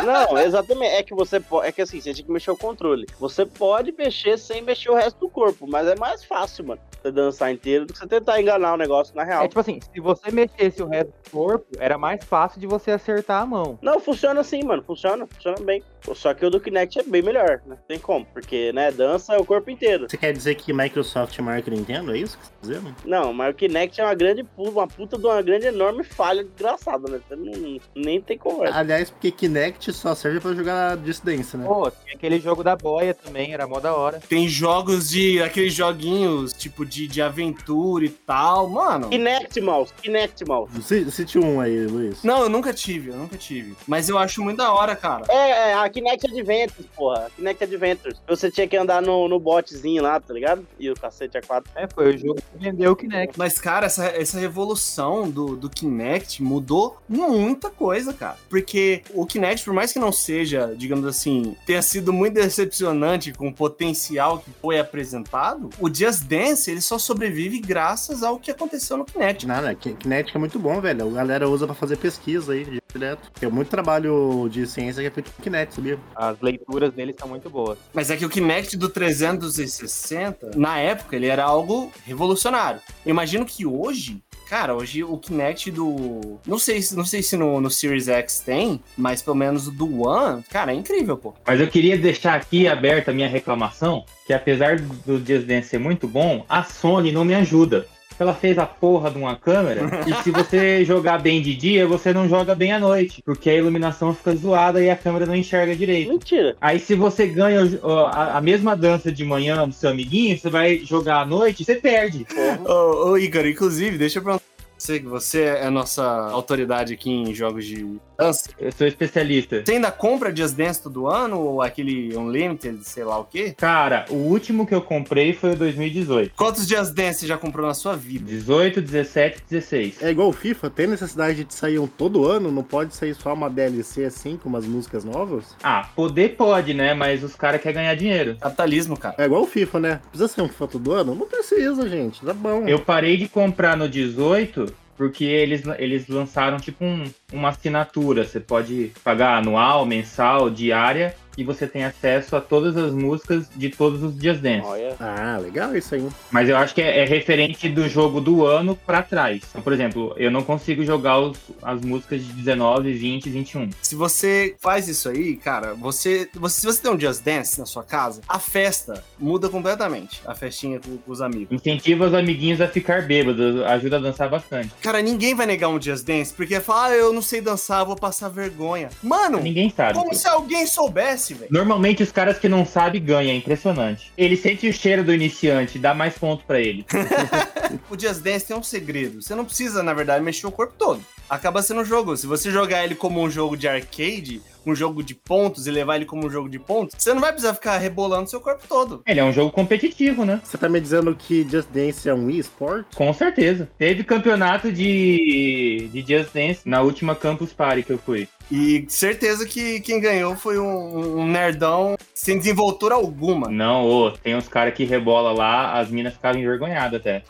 S3: Não, exatamente. É que você pode. É que assim, você tinha que mexer o controle. Você pode mexer sem mexer o resto do corpo, mas é mais fácil, mano. Você dançar inteiro do que você tentar enganar o negócio na real.
S10: É tipo assim, se você mexesse o resto do corpo, era mais fácil de você acertar a mão.
S3: Não, funciona assim, mano. Funciona, funciona bem. Só que o do Kinect é bem melhor, né? Tem como, porque, né, dança é o corpo inteiro.
S2: Você quer dizer que Microsoft marca Nintendo? É isso que você tá dizendo?
S3: Não, mas o Kinect é uma grande pu- uma puta de uma grande enorme falha desgraçada, né? Você não- nem tem conversa.
S2: Aliás, porque Kinect só serve pra jogar dissidência, né?
S10: Pô, tinha aquele jogo da boia também, era mó da hora.
S1: Tem jogos de. aqueles joguinhos tipo de, de aventura e tal. Mano.
S3: Kinect mouse, Kinect mouse.
S2: C- Cite um aí, Luiz.
S1: Não, eu nunca tive, eu nunca tive. Mas eu acho muito da hora, cara.
S3: É, é, a Kinect Adventures, porra. A Kinect Adventures. Você tinha que andar no, no botezinho lá, tá ligado? E o cacete a quatro.
S10: É, foi o jogo que vendeu o Kinect.
S1: Mas, cara, essa, essa revolução do, do Kinect mudou muita coisa, cara. Porque o Kinect, por mais que não seja, digamos assim, tenha sido muito decepcionante com o potencial que foi apresentado, o Just Dance ele só sobrevive graças ao que aconteceu no Kinect.
S2: Nada, Ki- Kinect é muito bom, velho. A galera usa pra fazer pesquisa aí, direto. Tem muito trabalho de ciência que é feito com Kinect, sabia?
S10: As leituras dele são muito boas.
S1: Mas é que o Kinect do 360, na época, ele era algo revolucionário. Eu imagino que hoje, cara, hoje o Kinect do. Não sei, se- não sei se no, no Series X tem, mas pelo menos o do One, cara, é incrível, pô.
S4: Mas eu queria deixar aqui aberta a minha reclamação, que apesar do Just Dance ser muito bom, a Sony não me ajuda. Ela fez a porra de uma câmera e se você jogar bem de dia, você não joga bem à noite, porque a iluminação fica zoada e a câmera não enxerga direito.
S3: Mentira.
S4: Aí se você ganha ó, a, a mesma dança de manhã do seu amiguinho, você vai jogar à noite, você perde.
S1: Ô, ô Ícaro, inclusive, deixa eu perguntar. Você, que você é a nossa autoridade aqui em jogos de dança.
S4: Eu sou especialista.
S1: Você ainda compra Just Dance todo ano? Ou aquele Unlimited, sei lá o quê?
S4: Cara, o último que eu comprei foi o 2018.
S1: Quantos Just Dance você já comprou na sua vida?
S4: 18, 17, 16.
S2: É igual o FIFA, tem necessidade de sair um todo ano? Não pode sair só uma DLC assim, com umas músicas novas?
S4: Ah, poder pode, né? Mas os caras querem ganhar dinheiro.
S1: Capitalismo, cara.
S2: É igual o FIFA, né? Precisa ser um FIFA todo ano? Não precisa, gente. Tá bom.
S4: Eu parei de comprar no 18 porque eles, eles lançaram tipo um- uma assinatura. Você pode pagar anual, mensal, diária e você tem acesso a todas as músicas de todos os dias dance.
S3: Olha.
S2: Ah, legal isso aí.
S4: Mas eu acho que é, é referente do jogo do ano pra trás. Então, por exemplo, eu não consigo jogar os- as músicas de 19, 20, 21.
S1: Se você faz isso aí, cara, você, você- Se você tem um Just Dance na sua casa, a festa muda completamente. A festinha com, com os amigos.
S4: Incentiva os amiguinhos a ficar bêbados, ajuda a dançar bastante.
S1: Cara, ninguém vai negar um Just Dance porque vai falar, ah, eu não sei dançar, vou passar vergonha. Mano,
S4: Ninguém sabe.
S1: como se alguém soubesse, velho.
S4: Normalmente os caras que não sabem ganham, é impressionante. Ele sente o cheiro do iniciante, dá mais ponto pra ele.
S1: O Just Dance tem um segredo. Você não precisa, na verdade, mexer o corpo todo. Acaba sendo um jogo. Se você jogar ele como um jogo de arcade, um jogo de pontos e levar ele como um jogo de pontos, você não vai precisar ficar rebolando seu corpo todo.
S4: Ele é um jogo competitivo, né?
S2: Você tá me dizendo que Just Dance é um e-sport?
S4: Com certeza. Teve campeonato de, de Just Dance na última Campus Party que eu fui.
S1: E certeza que quem ganhou foi um, um nerdão sem desenvoltura alguma.
S4: Não, ô, tem uns caras que rebola lá, as minas ficavam envergonhadas até.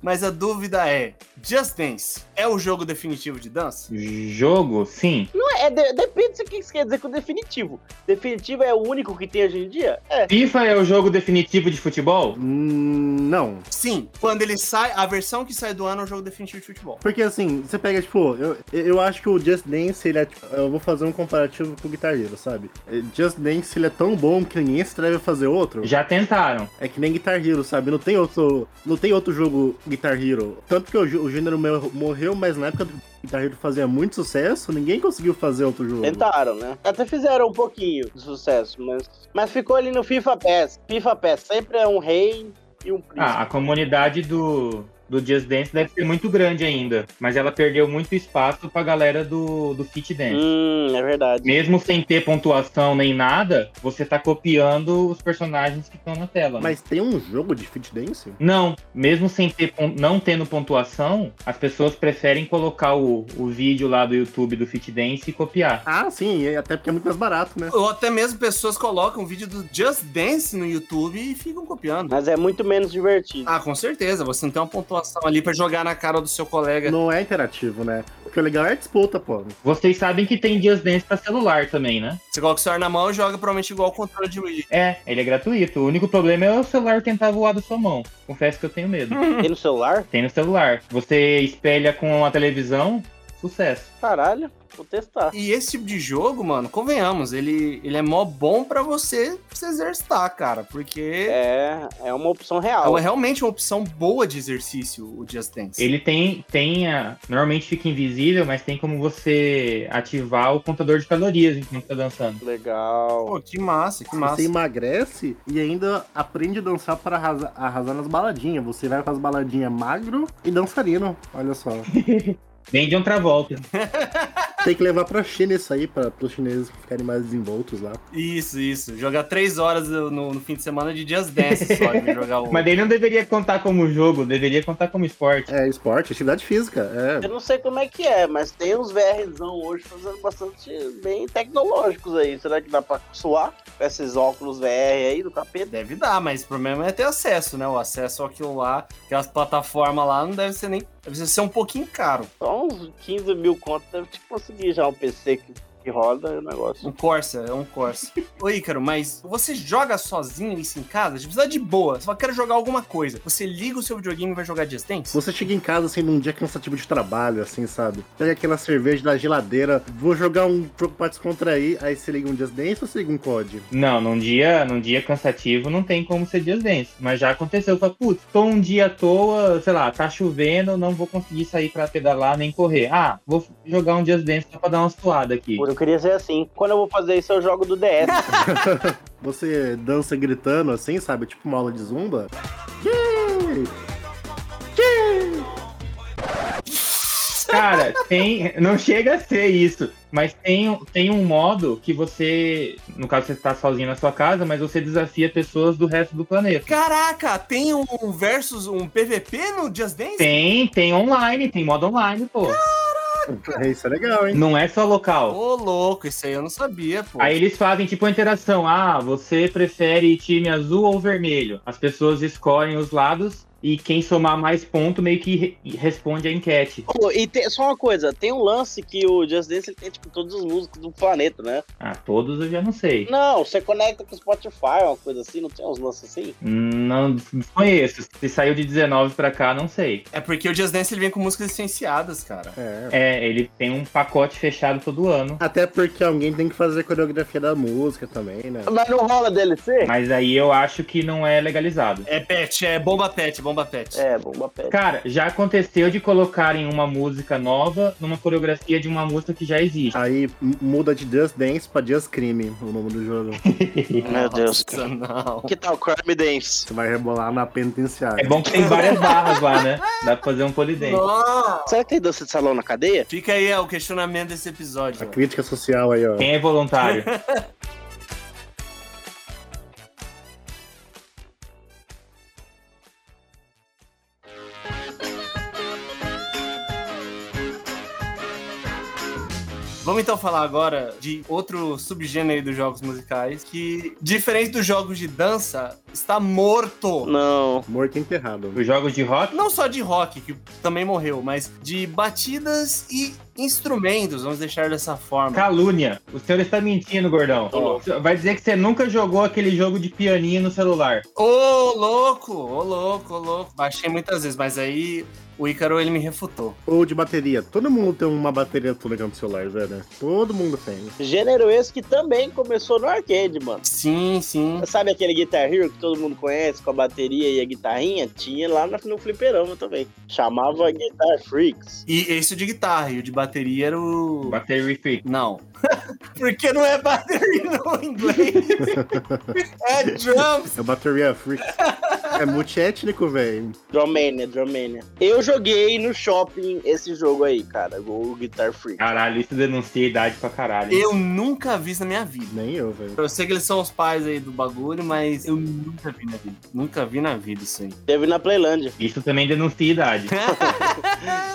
S1: Mas a dúvida é: Just Dance é o jogo definitivo de dança?
S4: Jogo, sim.
S3: Não é, é de- depende do que você quer dizer com definitivo. Definitivo é o único que tem hoje em dia? É.
S4: FIFA é o jogo definitivo de futebol?
S2: Hum, não.
S1: Sim. Quando ele sai, a versão que sai do ano é o jogo definitivo de futebol.
S2: Porque assim, você pega, tipo, eu, eu acho que o Just Dance, ele é, tipo, eu vou fazer um comparativo com o guitarreiro, sabe? Eh, Just Dance, ele é tão bom que ninguém se atreve a fazer outro.
S4: Já tentaram.
S2: É que nem Guitar Hero, sabe? Não tem outro, não tem outro jogo Guitar Hero. Tanto que o, gê- o gênero meu- morreu, mas na época do Guitar Hero fazia muito sucesso, ninguém conseguiu fazer outro jogo.
S3: Tentaram, né? Até fizeram um pouquinho de sucesso, mas, mas ficou ali no FIFA PES. FIFA PES sempre é um rei e um príncipe.
S4: Ah, a comunidade do, do Just Dance deve ser muito grande ainda, mas ela perdeu muito espaço pra galera do, do Fit Dance.
S3: Hum, é verdade.
S4: Mesmo sem ter pontuação nem nada, você tá copiando os personagens que estão na tela. né?
S2: Mas tem um jogo de Fit Dance?
S4: Não, mesmo sem ter pon- não tendo pontuação, as pessoas preferem colocar o, o vídeo lá do YouTube do Fit Dance e copiar.
S2: Ah, sim, e até porque é muito mais barato, né?
S1: Ou até mesmo pessoas colocam um vídeo do Just Dance no YouTube e ficam copiando.
S3: Mas é muito menos divertido.
S1: Ah, com certeza. Você não tem uma pontuação ali pra jogar na cara do seu colega.
S2: Não é interativo, né? Porque o legal é a disputa, pô.
S4: Vocês sabem que tem Just Dance pra celular também, né?
S1: Você coloca o celular na mão e joga provavelmente igual o controle de Wii.
S4: É, ele é gratuito. O único problema é o celular tentar voar da sua mão. Confesso que eu tenho medo.
S3: Tem no celular?
S4: Tem no celular. Você espelha com a televisão, sucesso.
S3: Caralho, vou testar.
S1: E esse tipo de jogo, mano, convenhamos, ele, ele é mó bom pra você se exercitar, cara. Porque
S3: É, é uma opção
S1: é
S3: real.
S1: uma- realmente uma opção boa de exercício, o Just Dance.
S4: Ele tem, tem a, normalmente fica invisível, mas tem como você ativar o contador de calorias enquanto tá
S3: um
S4: dançando.
S3: Legal.
S1: Pô, que massa, que massa.
S2: Você emagrece e ainda aprende a dançar para arrasa- arrasar nas baladinhas. Você vai pras baladinhas magro e dançarino. Olha só.
S4: Vem de um outra volta.
S2: Tem que levar pra China isso aí, para os chineses ficarem mais desenvoltos lá.
S1: Isso, isso. Jogar três horas no, no fim de semana de Just Dance só de jogar um. o.
S4: Mas ele não deveria contar como jogo, deveria contar como esporte.
S2: É, esporte, atividade física. É.
S3: Eu não sei como é que é, mas tem uns VRzão hoje fazendo bastante bem tecnológicos aí. Será que dá pra suar com esses óculos VR aí do capeta?
S1: Deve dar, mas o problema é ter acesso, né? O acesso àquilo lá, aquelas plataformas lá, não deve ser nem. Deve ser um pouquinho caro.
S3: Só uns 15 mil contos deve te conseguir já um PC que, que roda o negócio.
S1: Um Corsa, é um Corsa. Ô Ícaro, mas você joga sozinho isso em casa? Tipo, Você precisa de boa, você só quer jogar alguma coisa. Você liga o seu videogame e vai jogar Just Dance?
S2: Você chega em casa, assim, num dia cansativo de trabalho, assim, sabe? Pega aquela cerveja da geladeira, vou jogar um jogo pra descontrair, aí você liga um Just Dance ou você liga um COD?
S4: Não, num dia, num dia cansativo não tem como ser Just Dance. Mas já aconteceu. Eu falo, putz, tô um dia à toa, sei lá, tá chovendo, não vou conseguir sair pra pedalar nem correr. Ah, vou jogar um Just Dance só pra dar uma suada aqui.
S3: Pô, Eu queria ser assim. Quando eu vou fazer isso, eu jogo do DS.
S2: Você dança gritando, assim, sabe? Tipo uma aula de zumba. Yay!
S4: Cara, tem. Não chega a ser isso. Mas tem, tem um modo que você. No caso, você tá sozinho na sua casa, mas você desafia pessoas do resto do planeta.
S1: Caraca, tem um um versus, um PVP no Just Dance?
S4: Tem, tem online, tem modo online, pô.
S2: É, Isso é legal, hein?
S4: Não é só
S1: Ô,
S4: local.
S1: louco, isso aí eu não sabia, pô.
S4: Aí eles fazem tipo uma interação. Ah, você prefere time azul ou vermelho? As pessoas escolhem os lados e quem somar mais ponto meio que re- responde a enquete.
S3: Pô, e tem, só uma coisa, tem um lance que o Just Dance ele tem, tipo, todos os músicos do planeta, né?
S4: Ah, todos eu já não sei.
S3: Não, você conecta com o Spotify, uma coisa assim, não tem uns lances assim?
S4: Não conheço. Se saiu de 19 pra cá, não sei.
S1: É porque o Just Dance ele vem com músicas licenciadas, cara.
S2: É.
S4: É, ele tem um pacote fechado todo ano.
S2: Até porque alguém tem que fazer a coreografia da música também, né?
S3: Mas não rola DLC?
S4: Mas aí eu acho que não é legalizado.
S1: É pet, é bomba pet, bomba pet.
S3: É, bomba pet.
S4: Cara, já aconteceu de colocarem uma música nova numa coreografia de uma música que já existe.
S2: Aí m- muda de Just Dance pra Just Crime o nome do jogo.
S3: Meu Deus.
S1: Nossa, não.
S3: Que tal Crime Dance?
S2: Você vai rebolar na penitenciária.
S4: É bom que tem várias barras lá, né? Dá pra fazer um polidense.
S1: Nossa.
S3: Será que tem dança de salão na cadeia?
S1: Fica aí ó, o questionamento desse episódio.
S2: A
S1: ó.
S2: crítica social aí, ó.
S4: Quem é voluntário?
S1: Vamos então falar agora de outro subgênero dos jogos musicais que, diferente dos jogos de dança, está morto.
S3: Não.
S2: Morto e enterrado.
S4: Os jogos de rock?
S1: Não só de rock, que também morreu, mas de batidas e instrumentos, vamos deixar dessa forma.
S4: Calúnia. O senhor está mentindo, gordão. Vai dizer que você nunca jogou aquele jogo de pianinho no celular.
S1: Ô, louco! Ô, louco, ô, louco. Baixei muitas vezes, mas aí o Ícaro, ele me refutou.
S2: Ou de bateria. Todo mundo tem uma bateria eletrônica no celular, velho. né? Todo mundo tem.
S3: Gênero esse que também começou no arcade, mano.
S1: Sim, sim.
S3: Sabe aquele Guitar Hero que todo mundo conhece, com a bateria e a guitarrinha? Tinha lá no no fliperama também. Chamava Guitar Freaks.
S1: E esse de guitarra, e o de bateria era o...
S4: Battery Freak.
S1: Não. Porque não é bateria no inglês. é drums.
S2: É bateria freak. É multiétnico, velho.
S3: Dromania, Dromania. Eu joguei no shopping esse jogo aí, cara, o Guitar Freak.
S4: Caralho, isso denuncia a idade pra caralho. hein?
S1: Eu nunca vi isso na minha vida.
S2: Nem eu, velho.
S1: Eu sei que eles são os pais aí do bagulho, mas eu nunca vi na vida. Nunca vi na vida isso aí.
S3: Teve na Playland.
S4: Isso também denuncia a idade.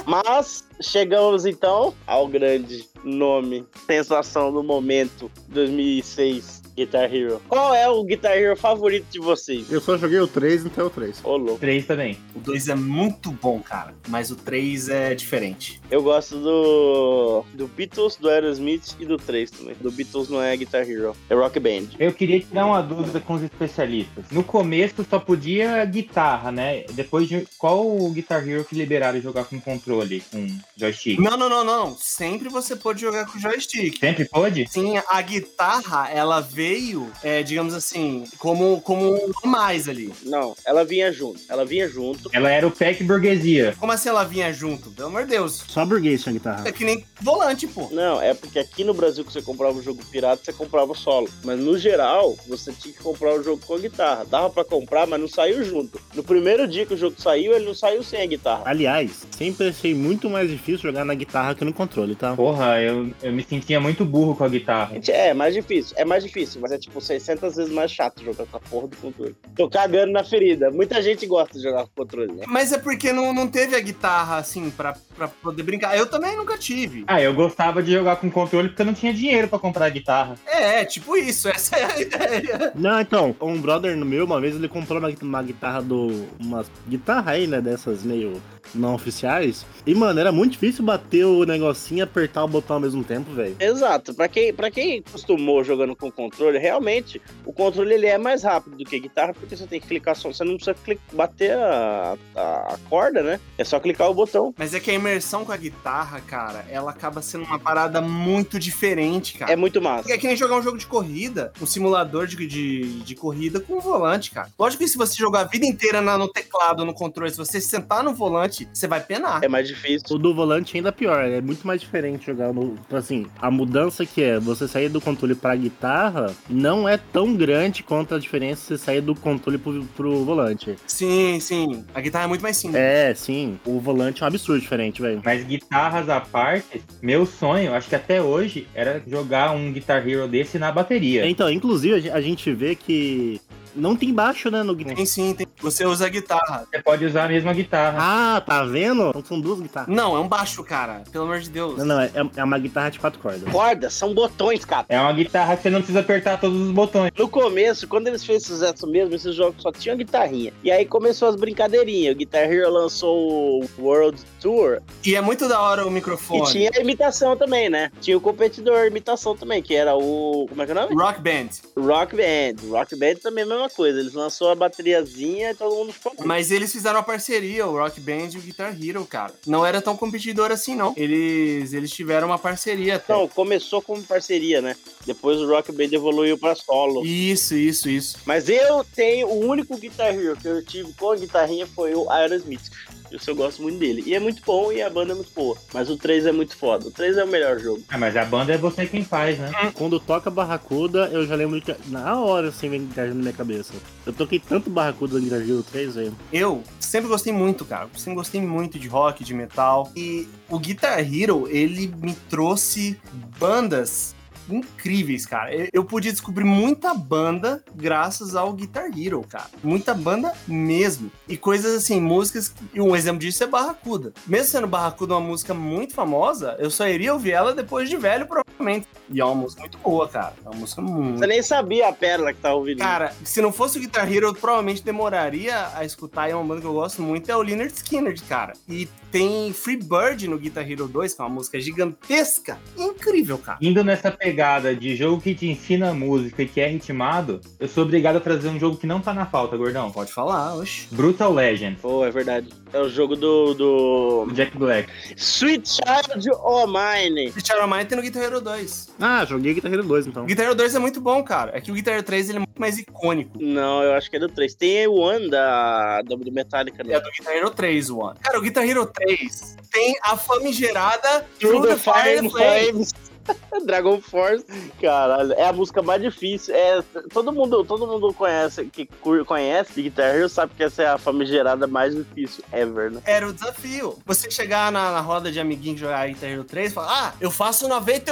S3: Mas chegamos então ao grande nome, sensação do momento, 2006, Guitar Hero. Qual é o Guitar Hero favorito de vocês?
S2: Eu só joguei o 3, então é o 3.
S3: Ô, louco.
S4: Três também.
S1: O 2 é muito bom, cara, mas o 3 é diferente.
S3: Eu gosto do. do Beatles, do Aerosmith e do 3 também. Do Beatles não é Guitar Hero, é Rock Band.
S4: Eu queria tirar uma dúvida com os especialistas. No começo só podia guitarra, né? Depois de qual o Guitar Hero que liberaram jogar com controle, com joystick?
S1: Não, não, não, não. Sempre você pode jogar com joystick.
S4: Sempre pôde?
S1: Sim, a guitarra, ela veio, é, digamos assim, como, como um a mais ali.
S3: Não, ela vinha junto. Ela vinha junto.
S4: Ela era o pack burguesia.
S1: Como assim ela vinha junto? Pelo amor de Deus.
S2: Só burguês tinha guitarra.
S1: É que nem volante, pô.
S3: Não, é porque aqui no Brasil que você comprava o jogo pirata, você comprava o solo. Mas no geral, você tinha que comprar o jogo com a guitarra. Dava pra comprar, mas não saiu junto. No primeiro dia que o jogo saiu, ele não saiu sem a guitarra.
S2: Aliás, sempre achei muito mais difícil jogar na guitarra que no controle, tá?
S4: Porra, eu, eu me sentia muito burro com a guitarra.
S3: Gente, É, é mais difícil, é mais difícil, mas é tipo 600 vezes mais chato jogar com a porra do controle. Tô cagando na ferida. Muita gente gosta de jogar com controle, né?
S1: Mas é porque não, não teve a guitarra, assim, pra, pra poder brincar. Eu também nunca tive.
S4: Ah, eu gostava de jogar com controle porque eu não tinha dinheiro pra comprar guitarra.
S1: É, é, tipo isso. Essa é a ideia.
S2: Não, então, um brother no meu, uma vez ele comprou uma, uma guitarra do. Uma guitarra aí, né? Dessas meio não oficiais. E, mano, era muito difícil bater o negocinho e apertar o botão ao mesmo tempo, velho.
S3: Exato, pra quem, pra quem acostumou jogando com controle, realmente o controle ele é mais rápido do que a guitarra, porque você tem que clicar só, você não precisa clic- bater a, a- a corda, né? É só clicar o botão.
S1: Mas é que a imersão com a guitarra, cara, ela acaba sendo uma parada muito diferente, cara.
S3: É muito massa.
S1: É que nem jogar um jogo de corrida, um simulador de, de, de corrida com um volante, cara. Lógico que se você jogar a vida inteira na- no teclado, no controle, se você sentar no volante, você vai penar.
S3: É mais difícil.
S2: O do volante ainda pior, é muito mais diferente jogar no. Assim, a mudança que é você sair do controle pra guitarra não é tão grande quanto a diferença de você sair do controle pro, pro volante.
S1: Sim, sim. A guitarra é muito mais simples.
S2: É, sim, o volante é um absurdo diferente, velho.
S4: Mas guitarras à parte, meu sonho, acho que até hoje, era jogar um Guitar Hero desse na bateria.
S2: Então, inclusive, a gen- a gente vê que não tem baixo, né, no guitarra.
S1: Tem sim, tem. Você usa a guitarra.
S4: Você pode usar a mesma guitarra.
S2: Ah, tá vendo? Então são duas guitarras.
S1: Não, é um baixo, cara. Pelo amor de Deus.
S2: Não, não, é, é uma guitarra de quatro cordas.
S3: Cordas são botões, cara.
S4: É uma guitarra que você não precisa apertar todos os botões.
S3: No começo, quando eles fez sucesso mesmo, esses jogos só tinham guitarrinha. E aí começou as brincadeirinhas. O Guitar Hero lançou o World Tour
S1: E é muito da hora o
S3: e
S1: microfone.
S3: tinha a imitação também, né? Tinha o competidor imitação também, que era o. Como é que é o nome?
S1: Rock Band.
S3: Rock Band. Rock Band também é a mesma mesma coisa. Eles lançou a bateriazinha e todo mundo ficou.
S1: Mas eles fizeram uma parceria, o Rock Band e o Guitar Hero, cara. Não era tão competidor assim, não. Eles, eles tiveram uma parceria até.
S3: Não, começou como parceria, né? Depois o Rock Band evoluiu pra solo.
S1: Isso, isso, isso.
S3: Mas eu tenho o único Guitar Hero que eu tive com a guitarrinha foi o Aerosmith. Isso eu gosto muito dele. E é muito bom e a banda é muito boa. Mas o 3 é muito foda. O 3 é o melhor jogo.
S4: Ah, mas a banda é você quem faz, né?
S2: Quando toca Barracuda, eu já lembro que na hora assim vem Guitar Hero na minha cabeça. Eu toquei tanto Barracuda no Guitar Hero 3, velho.
S1: Eu sempre gostei muito, cara. Sempre gostei muito de rock, de metal. E o Guitar Hero, ele me trouxe bandas incríveis, cara. Eu- Eu pude descobrir muita banda graças ao Guitar Hero, cara. Muita banda mesmo. E coisas assim, músicas. E um exemplo disso é Barracuda. Mesmo sendo Barracuda uma música muito famosa, eu só iria ouvir ela depois de velho, provavelmente. E é uma música muito boa, cara. É uma música muito.
S3: Você nem sabia a pérola que tá ouvindo.
S1: Cara, se não fosse o Guitar Hero, eu provavelmente demoraria a escutar. E é uma banda que eu gosto muito, é o Leonard Skinner, cara. E tem Free Bird no Guitar Hero 2, que é uma música gigantesca. Incrível, cara.
S4: Indo nessa pegada de jogo que te ensina música e que é ritmado, eu sou obrigado a trazer um jogo que não tá na falta, gordão.
S1: Pode falar, oxe.
S4: Brutal Legend,
S3: Pô, é verdade. É o jogo do. do...
S4: do Jack Black.
S3: Sweet Child O' Mine.
S1: Guitar Hero Mine tem no Guitar Hero 2.
S2: Ah, joguei Guitar Hero 2
S1: O
S2: então.
S1: Guitar Hero 2 é muito bom, cara. É que o Guitar Hero 3 ele é muito mais icônico.
S3: Não, eu acho que é do 3. Tem o One da, da do Metallica, né?
S1: É do Guitar Hero 3, o ano. Cara, o Guitar Hero 3 tem a famigerada
S3: Through the Fire and
S1: and Flame.
S3: Flames. Dragon Force, caralho, é a música mais difícil. É, todo mundo, todo mundo conhece, que cur- conhece Guitar Hero sabe que essa é a famigerada mais difícil ever, né?
S1: Era o desafio. Você chegar na, na roda de amiguinho que jogar Guitar Hero 3 e falar: Ah, eu faço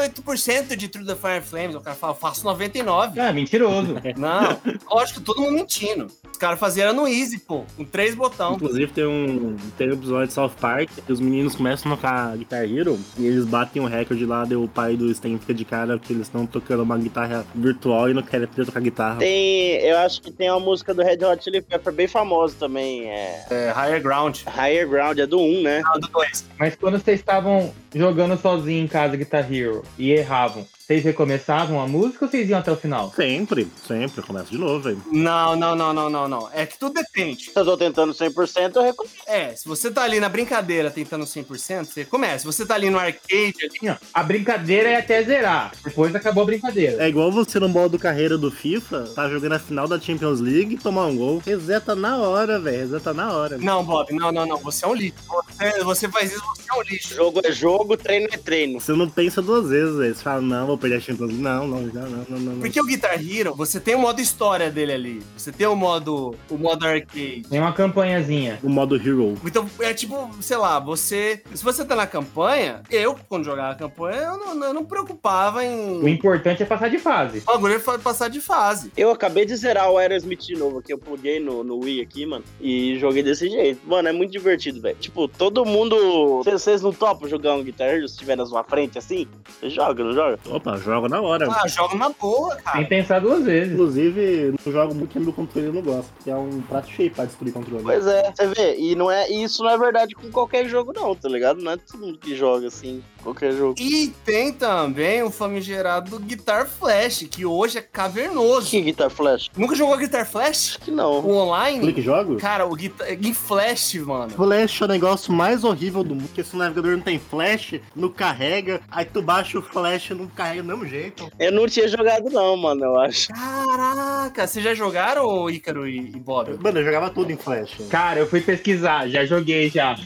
S1: 98% de True the Fire and Flames. O cara fala: Faço 99%.
S4: Ah, mentiroso.
S1: Não, lógico, todo mundo mentindo. Os caras faziam era no Easy, pô, com três botão.
S2: Inclusive tem um, tem um episódio de South Park que os meninos começam a tocar Guitar Hero e eles batem o recorde lá, daí o pai do Stan fica de cara porque eles estão tocando uma guitarra virtual e não querem aprender a tocar guitarra.
S3: Tem, eu acho que tem uma música do Red Hot Chili Pepper bem famosa também, é
S1: É, higher Ground.
S3: Higher Ground, é do 1, né?
S1: Ah, do 2.
S4: Mas quando vocês estavam jogando sozinho em casa Guitar Hero e erravam, vocês recomeçavam a música ou vocês iam até o final?
S2: Sempre, sempre, começa de novo, velho.
S1: Não, não, não, não, não, não. É que tudo depende.
S3: Se eu tô tentando 100%, eu recomendo.
S1: É, se você tá ali na brincadeira tentando 100%, você começa. Se você tá ali no arcade, ali,
S4: Não, A brincadeira é até zerar. Depois acabou a brincadeira.
S2: É igual você no modo carreira do FIFA, tá jogando a final da Champions League, tomar um gol, reseta na hora, velho, reseta na hora.
S1: não, Bob, não, não, não, você é um lixo. Você, você faz isso, você é um lixo.
S3: Jogo é jogo, treino é treino.
S2: Você não pensa duas vezes, velho. Você fala, não, vou perder a Champions League. Não, não, não, não, não, não.
S1: Porque o Guitar Hero, você tem o modo história dele ali. Você tem o modo, o modo arcade.
S4: Tem uma campanhazinha.
S2: O modo Hero.
S1: Então, é tipo, sei lá, você. Se você tá na campanha, eu, quando jogava a campanha, eu não, eu não preocupava
S4: O
S1: em.
S4: importante é passar de fase.
S1: O bagulho foi passar de fase.
S3: Eu acabei de zerar o Aerosmith de novo, que eu pluguei no, no Wii aqui, mano, e joguei desse jeito. Mano, é muito divertido, velho. Tipo, todo mundo. Vocês- Vocês não topam jogar um Guitar Hero se tiver na sua frente assim? Você joga, não joga?
S2: Opa, joga na hora.
S1: Ah, joga na boa,
S4: Tem
S1: cara.
S4: que pensar duas vezes.
S2: Inclusive, não jogo muito porque meu controle não gosta, que é um prato cheio pra destruir controle.
S3: Pois é, você vê, e não é, e isso não é verdade com qualquer jogo, não, tá ligado? Não é todo mundo que joga assim, qualquer jogo.
S1: E tem também o famigerado Guitar Flash, que hoje é cavernoso.
S3: Que Guitar Flash?
S1: Nunca jogou Guitar Flash?
S3: Acho que não.
S1: O online?
S2: Clique jogo?
S1: Cara, o guitar... em Flash, mano.
S2: Flash é o negócio mais horrível do mundo, porque se o navegador não tem flash, não carrega, aí tu baixa o flash e não carrega do mesmo jeito.
S3: Eu não tinha jogado, não, mano, eu acho.
S1: Caraca, vocês já jogaram, Ícaro e, e Bob?
S2: Mano, eu jogava tudo em flash.
S4: Cara, eu fui pesquisar, já joguei já.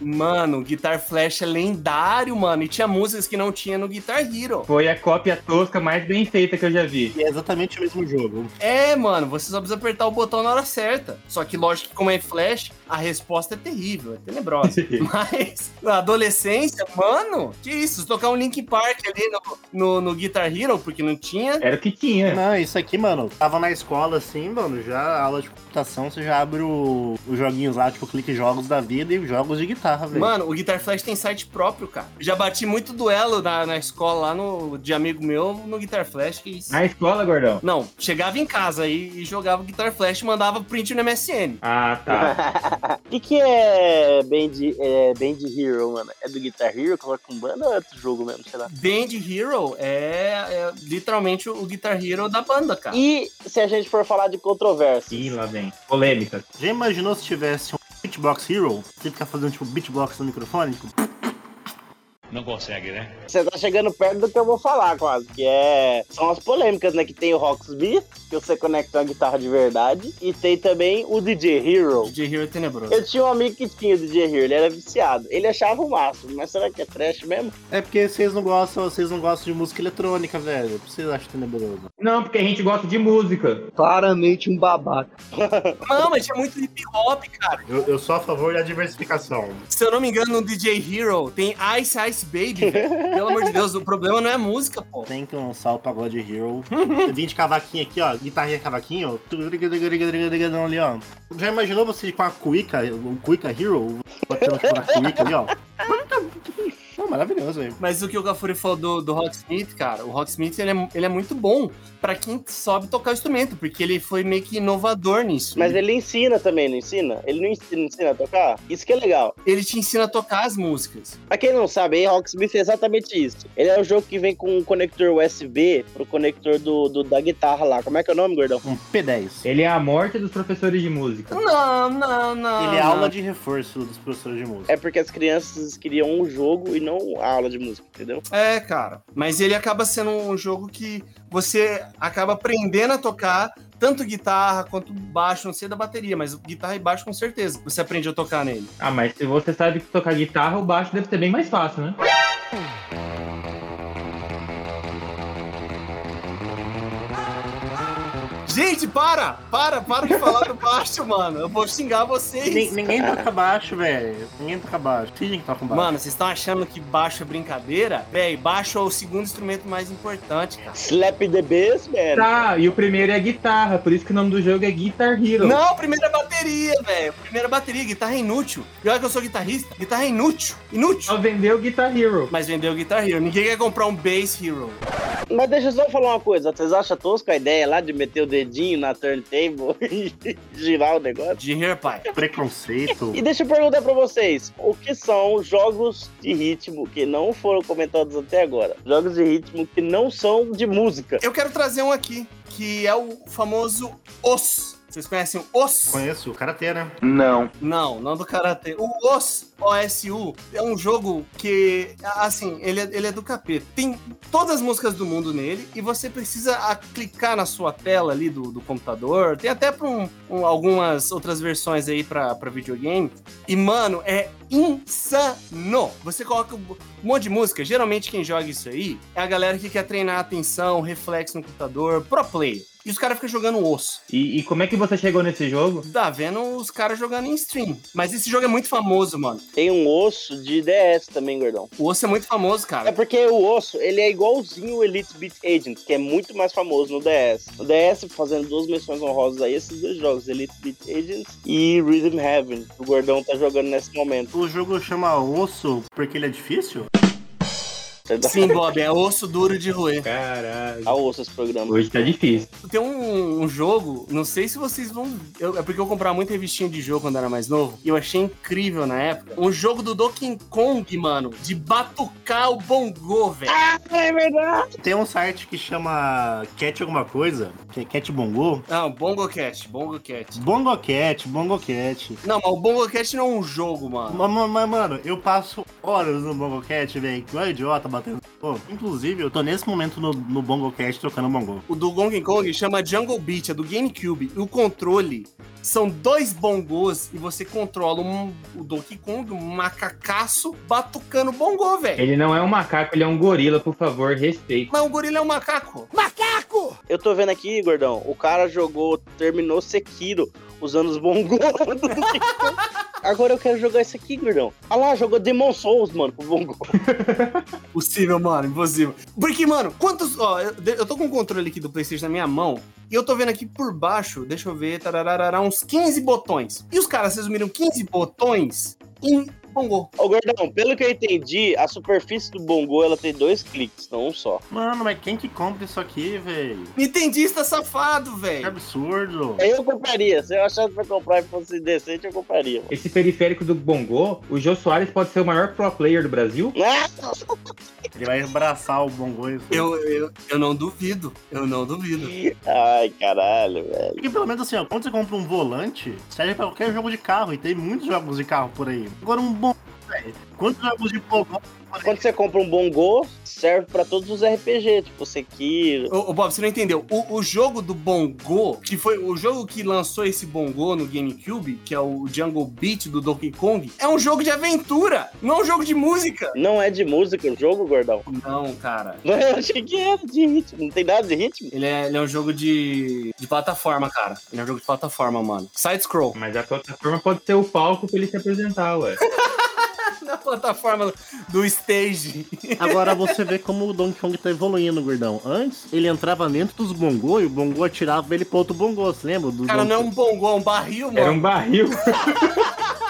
S1: Mano, o Guitar Flash é lendário, mano. E tinha músicas que não tinha no Guitar Hero.
S4: Foi a cópia tosca mais bem feita que eu já vi.
S2: E é exatamente o mesmo jogo.
S1: É, mano, você só precisa apertar o botão na hora certa. Só que, lógico, que como é Flash, a resposta é terrível, é tenebrosa. Mas, na adolescência, mano, que isso? Se tocar um Link Park ali no, no, no Guitar Hero, porque não tinha.
S4: Era o que tinha.
S2: Não, isso aqui, mano, tava na escola assim, mano, já aula de computação, você já abre o- os joguinhos lá, tipo, clique jogos da vida e jogos de guitarra, velho.
S1: Mano, o Guitar Flash tem site próprio, cara. Já bati muito duelo na, na escola lá no, de amigo meu no Guitar Flash, que isso.
S4: Na escola, gordão?
S1: Não, chegava em casa e, e jogava Guitar Flash e mandava print no MSN.
S4: Ah, tá.
S3: O que, que é Band, é Band Hero, mano? É do Guitar Hero que coloca um banda ou é outro jogo mesmo, sei lá?
S1: Band Hero é, é literalmente o Guitar Hero da banda, cara.
S3: E se a gente for falar de controvérsia?
S4: Ih, lá vem. Polêmica.
S2: Já imaginou se tivesse um Beatbox Hero? Você ficar fazendo tipo beatbox no microfone? Tipo,
S5: Não consegue, né?
S3: Você tá chegando perto do que eu vou falar, quase. Que é. São as polêmicas, né? Que tem o Roxby, que você conecta uma guitarra de verdade. E tem também o DJ Hero.
S1: DJ Hero é tenebroso.
S3: Eu tinha um amigo que tinha o DJ Hero, ele era viciado. Ele achava o máximo, mas será que é trash mesmo?
S2: É porque vocês não gostam, vocês não gostam de música eletrônica, velho. Por que vocês acham tenebroso?
S4: Não, porque a gente gosta de música.
S9: Claramente um babaca.
S1: Não, mas tinha muito hip hop, cara.
S2: Eu, eu sou a favor da diversificação.
S1: Se eu não me engano, no DJ Hero tem Ice Ice Baby. velho. Pelo amor de Deus, o problema não é música, pô.
S2: Tem que lançar o pagode Hero. Vim de cavaquinho aqui, ó. Guitarrinha cavaquinho. ó. Ali, ó. Já imaginou você com a cuica, o cuica Hero? Batendo tipo, na cuica ali, ó. tá Pô, maravilhoso, velho.
S1: Mas o que o Gafuri falou do, do Rocksmith, cara, o Rocksmith ele é, ele é muito bom pra quem sobe tocar instrumento, porque ele foi meio que inovador nisso.
S3: Mas ele ensina também, não ensina? Ele não ensina, não ensina a tocar? Isso que é legal.
S1: Ele te ensina a tocar as músicas.
S3: Pra quem não sabe, aí Rocksmith é exatamente isso. Ele é um jogo que vem com um conector USB pro conector do, do- da guitarra lá. Como é que é o nome, gordão?
S2: Um P10.
S4: Ele é a morte dos professores de música.
S1: Não, não, não.
S2: Ele é
S1: não.
S2: aula de reforço dos professores de música.
S3: É porque as crianças queriam um jogo e não a aula de música, entendeu?
S1: É, cara. Mas ele acaba sendo um jogo que você acaba aprendendo a tocar tanto guitarra quanto baixo, não sei da bateria, mas guitarra e baixo com certeza. Você aprende a tocar nele.
S4: Ah, mas se você sabe que tocar guitarra, o baixo deve ser bem mais fácil, né?
S1: Gente, para! Para, para de falar do baixo, mano. Eu vou xingar vocês.
S2: Nin- Ninguém toca baixo, velho. Ninguém toca baixo. Fingem que toca um baixo.
S1: Mano, vocês estão achando que baixo é brincadeira? Véi, baixo é o segundo instrumento mais importante, cara.
S3: Slap the bass, man.
S4: Tá, e o primeiro é guitarra, por isso que o nome do jogo é Guitar Hero.
S1: Não, primeira bateria, velho. Primeira bateria, guitarra é inútil. Pior que eu sou guitarrista, guitarra é inútil. Inútil.
S4: Só vendeu Guitar Hero.
S1: Mas vendeu Guitar Hero. Ninguém quer comprar um Bass Hero.
S3: Mas deixa eu só falar uma coisa. Vocês acham tosca a ideia lá de meter o dedinho na turntable e girar o negócio?
S1: De Hero, pai.
S2: Preconceito.
S3: E deixa eu perguntar pra vocês, o que são jogos de ritmo que não foram comentados até agora? Jogos de ritmo que não são de música.
S1: Eu quero trazer um aqui, que é o famoso Os. Vocês conhecem o Os?
S2: Conheço o Karatê, né?
S1: Não, não do Karatê. O OS, OSU, é um jogo que, assim, ele é, ele é do capeta. Tem todas as músicas do mundo nele e você precisa ah, clicar na sua tela ali do, do computador. Tem até pra um- um- algumas outras versões aí pra, pra videogame. E, mano, é insano. Você coloca um monte de música. Geralmente quem joga isso aí é a galera que quer treinar a atenção, reflexo no computador, pro player. E os caras ficam jogando osso
S4: E, e como é que você chegou nesse jogo?
S1: tá vendo os caras jogando em stream. Mas esse jogo é muito famoso, mano.
S3: Tem um osso de DS também, gordão.
S1: O osso é muito famoso,
S3: É
S1: cara.
S3: porque o osso, ele é igualzinho o Elite Beat Agent, que é muito mais famoso no DS. No DS, fazendo duas menções honrosas aí, esses dois jogos, Elite Beat Agent e Rhythm Heaven, que o gordão tá jogando nesse momento.
S2: O jogo chama Osso porque ele é difícil?
S3: Você
S1: Sim, Bob, é osso duro de roer.
S4: Caralho.
S3: dá osso esse programa.
S4: Hoje tá difícil.
S1: Tem um, um jogo, não sei se vocês vão. eu- é porque eu comprava muita revistinha de jogo quando era mais novo. E eu achei incrível na época. Um jogo do Donkey Kong, mano. De batucar o bongô, velho.
S3: É verdade!
S2: Tem um site que chama Cat alguma coisa, que é Cat Bongo.
S1: Não, Bongo Cat, Bongo Cat.
S2: Bongo Cat, Bongo Cat.
S1: Não, mas o Bongo Cat não é um jogo, mano.
S2: Mas, mas- mas, mano, eu passo horas no Bongo Cat, velho. Igual idiota batendo. Pô, inclusive, eu tô nesse momento no, no Bongo Cat trocando Bongo.
S1: O do Donkey Kong chama Jungle Beat, é do GameCube. E o controle são dois bongos e você controla um- o Donkey Kong, um macacaço, batucando o bongô, velho.
S4: Ele não é um macaco, ele é um gorila, por favor, respeito.
S1: Mas o gorila é um macaco. Macaco!
S3: Eu tô vendo aqui, gordão, o cara jogou, terminou Sekiro usando os bongos. Agora eu quero jogar isso aqui, gordão. Ah lá, jogou Demon Souls, mano, com bongo.
S1: Impossível, mano, impossível. Porque, mano, quantos. Ó, eu, eu tô com o controle aqui do PlayStation na minha mão e eu tô vendo aqui por baixo, deixa eu ver, tarararará, uns 15 botões. E os caras resumiram 15 botões em Bongô.
S3: Ô, Gordão, pelo que eu entendi, a superfície do Bongo ela tem dois cliques, não um só.
S2: Mano, mas quem que compra isso aqui, velho?
S1: Nintendista safado,
S2: Que
S1: velho.
S2: absurdo.
S3: Aí eu compraria. Se eu achasse pra comprar e fosse decente, eu compraria. Né? mano.
S4: Esse periférico do Bongo, o Jô Soares pode ser o maior pro player do Brasil.
S3: Nossa!
S2: Ele vai abraçar o Bongo. e-
S1: Eu, eu, eu não duvido. Eu não duvido.
S3: Ai, caralho, velho.
S2: Porque pelo menos assim, ó, quando você compra um volante, serve pra qualquer jogo de carro. E tem muitos jogos de carro por aí. Agora um bom. velho, Quantos jogos de Bongo?
S3: Quando você compra um Bongo, serve pra todos os RPG, tipo Sekiro.
S1: Ô, ô, Bob, você não entendeu. O, o jogo do Bongo, que foi o jogo que lançou esse Bongo no GameCube, que é o Jungle Beat do Donkey Kong, é um jogo de aventura, não é um jogo de música.
S3: Não é de música o jogo, Gordão?
S1: Não, cara.
S3: Eu achei que era de ritmo. Não tem nada de ritmo?
S1: Ele é, ele é um jogo de, de plataforma, cara. Ele é um jogo de plataforma, mano. Side-scroll.
S4: Mas a plataforma pode ser o palco pra ele se apresentar, ué.
S1: Na plataforma do stage.
S2: Agora você vê como o Donkey Kong tá evoluindo, gordão. Antes, ele entrava dentro dos Bongo e o Bongo atirava ele pro outro Bongo, você lembra? Do
S1: Cara,
S2: Donkey-
S1: não é um Bongo, é um barril, mano.
S4: Era um barril.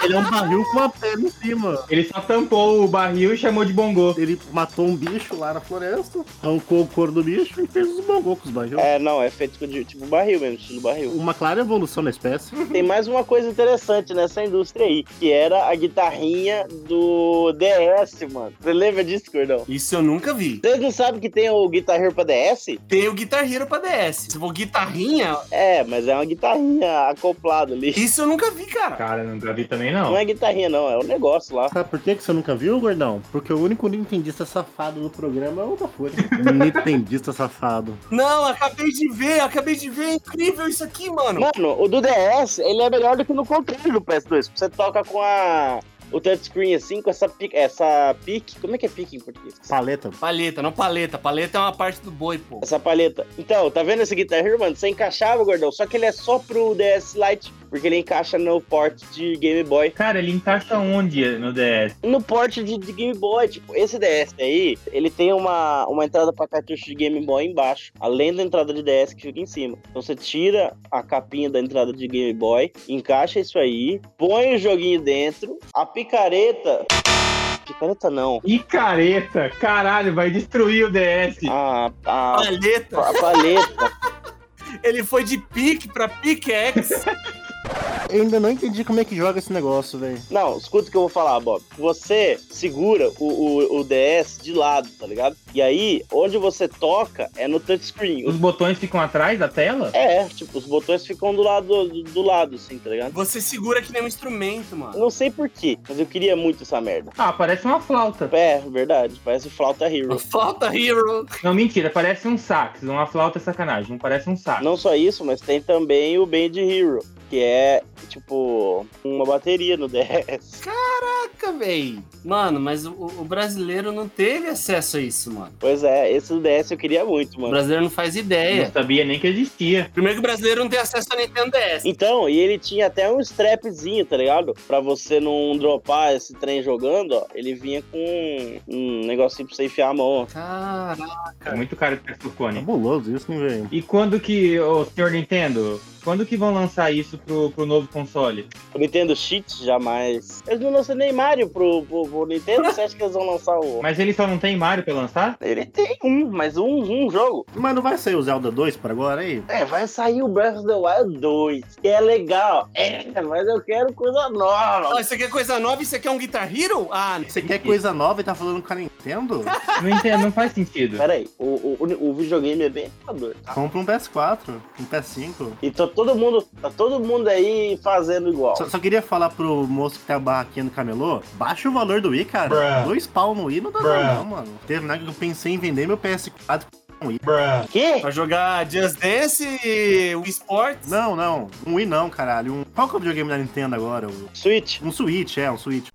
S2: Ele é um barril com uma perna em cima.
S4: Ele só tampou o barril e chamou de Bongo.
S2: Ele matou um bicho lá na floresta, arrancou o couro do bicho e fez os Bongo com os barril.
S3: É, não, é feito de tipo barril mesmo, estilo barril.
S2: Uma clara evolução da espécie.
S3: Tem mais uma coisa interessante nessa indústria aí, que era a guitarrinha do DS, mano. Você lembra disso, Gordão?
S1: um- Isso eu nunca vi.
S3: Vocês não sabem que tem o Guitar Hero pra DS?
S1: Tem o Guitar Hero pra DS. Se for guitarrinha,
S3: É, mas é uma guitarrinha acoplada ali.
S1: isso eu nunca vi, cara.
S4: Cara, não vi também
S3: Não
S4: não.
S3: é guitarrinha, não, é um negócio lá.
S2: Sabe por que que você nunca viu, gordão? Porque o único nintendista safado do programa é o da Folha. nintendista safado.
S1: Não, acabei de ver, acabei de ver. É incrível isso aqui, mano.
S3: Mano, o do DS, ele é melhor do que no controle do PS2. Você toca com a. O touchscreen assim, com essa pique. Essa pique. Como é que é pique em português?
S2: Paleta.
S1: Paleta, não paleta. Paleta é uma parte do boi, pô.
S3: Essa paleta. Então, tá vendo esse Guitar Hero, mano? Você encaixava, gordão. Só que ele é só pro DS Lite, porque ele encaixa no port de Game Boy.
S4: Cara, ele encaixa onde no DS?
S3: no porte de, de Game Boy. Tipo, esse DS aí, ele tem uma, uma entrada pra cartucho de Game Boy embaixo, além da entrada de DS que fica em cima. Então você tira a capinha da entrada de Game Boy, encaixa isso aí, põe o joguinho dentro, a picareta. Picareta não.
S4: E careta, caralho, vai destruir o DS.
S3: A, a,
S1: Paleta.
S3: a paleta.
S1: Ele foi de pique pra pickaxe.
S2: Eu ainda não entendi como é que joga esse negócio, velho.
S3: Não, escuta o que eu vou falar, Bob. Você segura o, o, o DS de lado, tá ligado? E aí, onde você toca é no touchscreen.
S4: Os botões ficam atrás da tela?
S3: É, tipo, os botões ficam do lado, do, do lado, assim, tá ligado?
S1: Você segura que nem um instrumento, mano.
S3: Não sei porquê, mas eu queria muito essa merda.
S4: Ah, parece uma flauta.
S3: É, verdade, parece Flauta Hero.
S1: Falta Hero.
S4: Não, mentira, parece um sax. Uma flauta é sacanagem, não parece um sax.
S3: Não só isso, mas tem também o Band Hero, que é, tipo, uma bateria no DS.
S1: Caraca, véi. Mano, mas o, o brasileiro não teve acesso a isso, mano.
S3: Pois é, esse do DS eu queria muito,
S1: O
S3: mano.
S1: brasileiro não faz
S4: Não
S1: ideia.
S4: sabia nem que existia.
S1: Primeiro que o brasileiro não tem acesso a Nintendo DS.
S3: Então, e ele tinha até um strapzinho, tá ligado? Pra você não dropar esse trem jogando, ó. Ele vinha com um negocinho pra você enfiar a mão.
S1: Caraca.
S4: É muito caro de Castrofone.
S2: Fabuloso isso, hein, velho?
S4: E quando que, ô senhor Nintendo, quando que vão lançar isso pro, pro novo console?
S3: O Nintendo Cheats jamais. Eles não lançam nem Mario pro, pro, pro Nintendo, você acha que eles vão lançar o.
S4: Mas ele só não tem Mario pra lançar?
S3: Ele tem um, mas um, um jogo.
S2: Mas não vai sair o Zelda 2 por agora aí?
S3: É, vai sair o Breath of the Wild 2, que é legal. É, mas eu quero coisa nova.
S1: Ah, isso aqui é coisa nova, isso aqui é um Guitar Hero? Ah,
S2: Você quer coisa nova e tá falando com a Nintendo?
S4: Não entendo, não faz sentido.
S3: Pera aí, o, o, o videogame é bem amador.
S2: Compra um PS4, um PS5.
S3: E tá todo mundo, tá todo mundo aí fazendo igual.
S2: Só, só queria falar pro moço que tá barraquinha no camelô, baixa o valor do Wii, cara.
S5: Bruh.
S2: Dois pau no Wii não dá
S5: Bruh.
S2: não, não, mano. Teve nada que eu pensei em vender meu PS4 com um Wii.
S5: Bruh.
S3: Quê?
S1: pra jogar Just Dance e Wii Sports?
S2: Não, não. Um Wii não, caralho. Um... Qual que é o videogame da Nintendo agora? O-
S3: Switch?
S2: Um Switch, é, um Switch.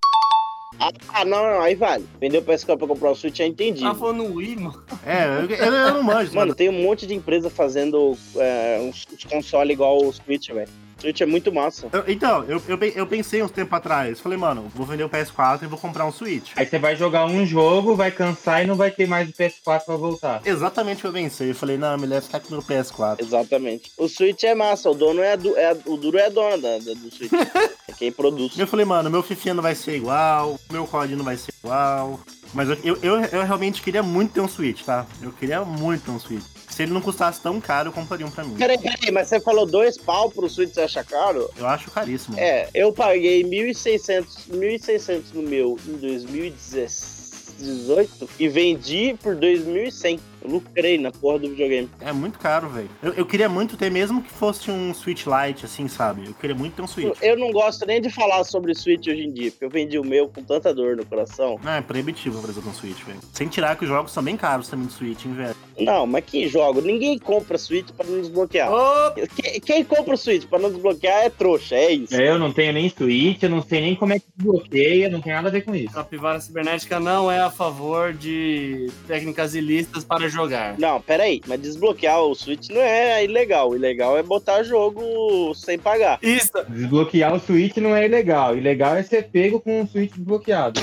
S3: Ah, não, não, aí vale. Vendeu pra escola pra comprar o Switch, é já entendi.
S1: Tá falando Wii, mano.
S2: É, eu, eu- eu não manjo.
S3: Mano, tem um monte de empresa fazendo é, uns, uns console igual o Switch, velho. Switch é muito massa.
S2: Eu- então, eu, eu, pe- eu pensei uns tempo atrás. Falei, mano, vou vender o PS4 e vou comprar um Switch.
S4: Aí você vai jogar um jogo, vai cansar e não vai ter mais o PS4 pra voltar.
S2: Exatamente o que eu pensei. Eu falei, não, é melhor ficar com o meu PS4.
S3: Exatamente. O Switch é massa, o dono é, a du- é a- o duro é a dona da- da- do Switch. é quem produz.
S2: Eu falei, mano, meu Fifinha não vai ser igual, meu COD não vai ser igual. Mas eu, eu, eu, eu realmente queria muito ter um Switch, tá? Eu queria muito ter um Switch. Se ele não custasse tão caro, eu compraria um pra mim.
S3: Peraí, peraí, mas você falou dois pau pro Switch você acha caro?
S2: Eu acho caríssimo.
S3: É, eu paguei 1.600, 1.600 no meu em 2018 e vendi por 2.100. Eu lucrei na porra do videogame.
S2: É muito caro, velho. Eu, eu queria muito ter, mesmo que fosse um Switch Lite, assim, sabe? Eu queria muito ter um Switch.
S3: Eu não gosto nem de falar sobre Switch hoje em dia, porque eu vendi o meu com tanta dor no coração.
S2: Não, é proibitivo o Brasil com Switch, velho. Sem tirar que os jogos são bem caros também do Switch, hein, velho?
S3: Não, mas quem joga? Ninguém compra Switch pra não desbloquear.
S1: Ô,
S3: Quem, quem compra o Switch pra não desbloquear é trouxa, é isso.
S4: Eu não tenho nem Switch, eu não sei nem como é que bloqueia, não tem nada a ver com isso.
S1: Capivara Cibernética não é a favor de técnicas ilícitas para jogar.
S3: Não, peraí, mas desbloquear o Switch não é ilegal. O ilegal é botar jogo sem pagar.
S1: Isso,
S4: Desbloquear o Switch não é ilegal. Ilegal é ser pego com o Switch desbloqueado.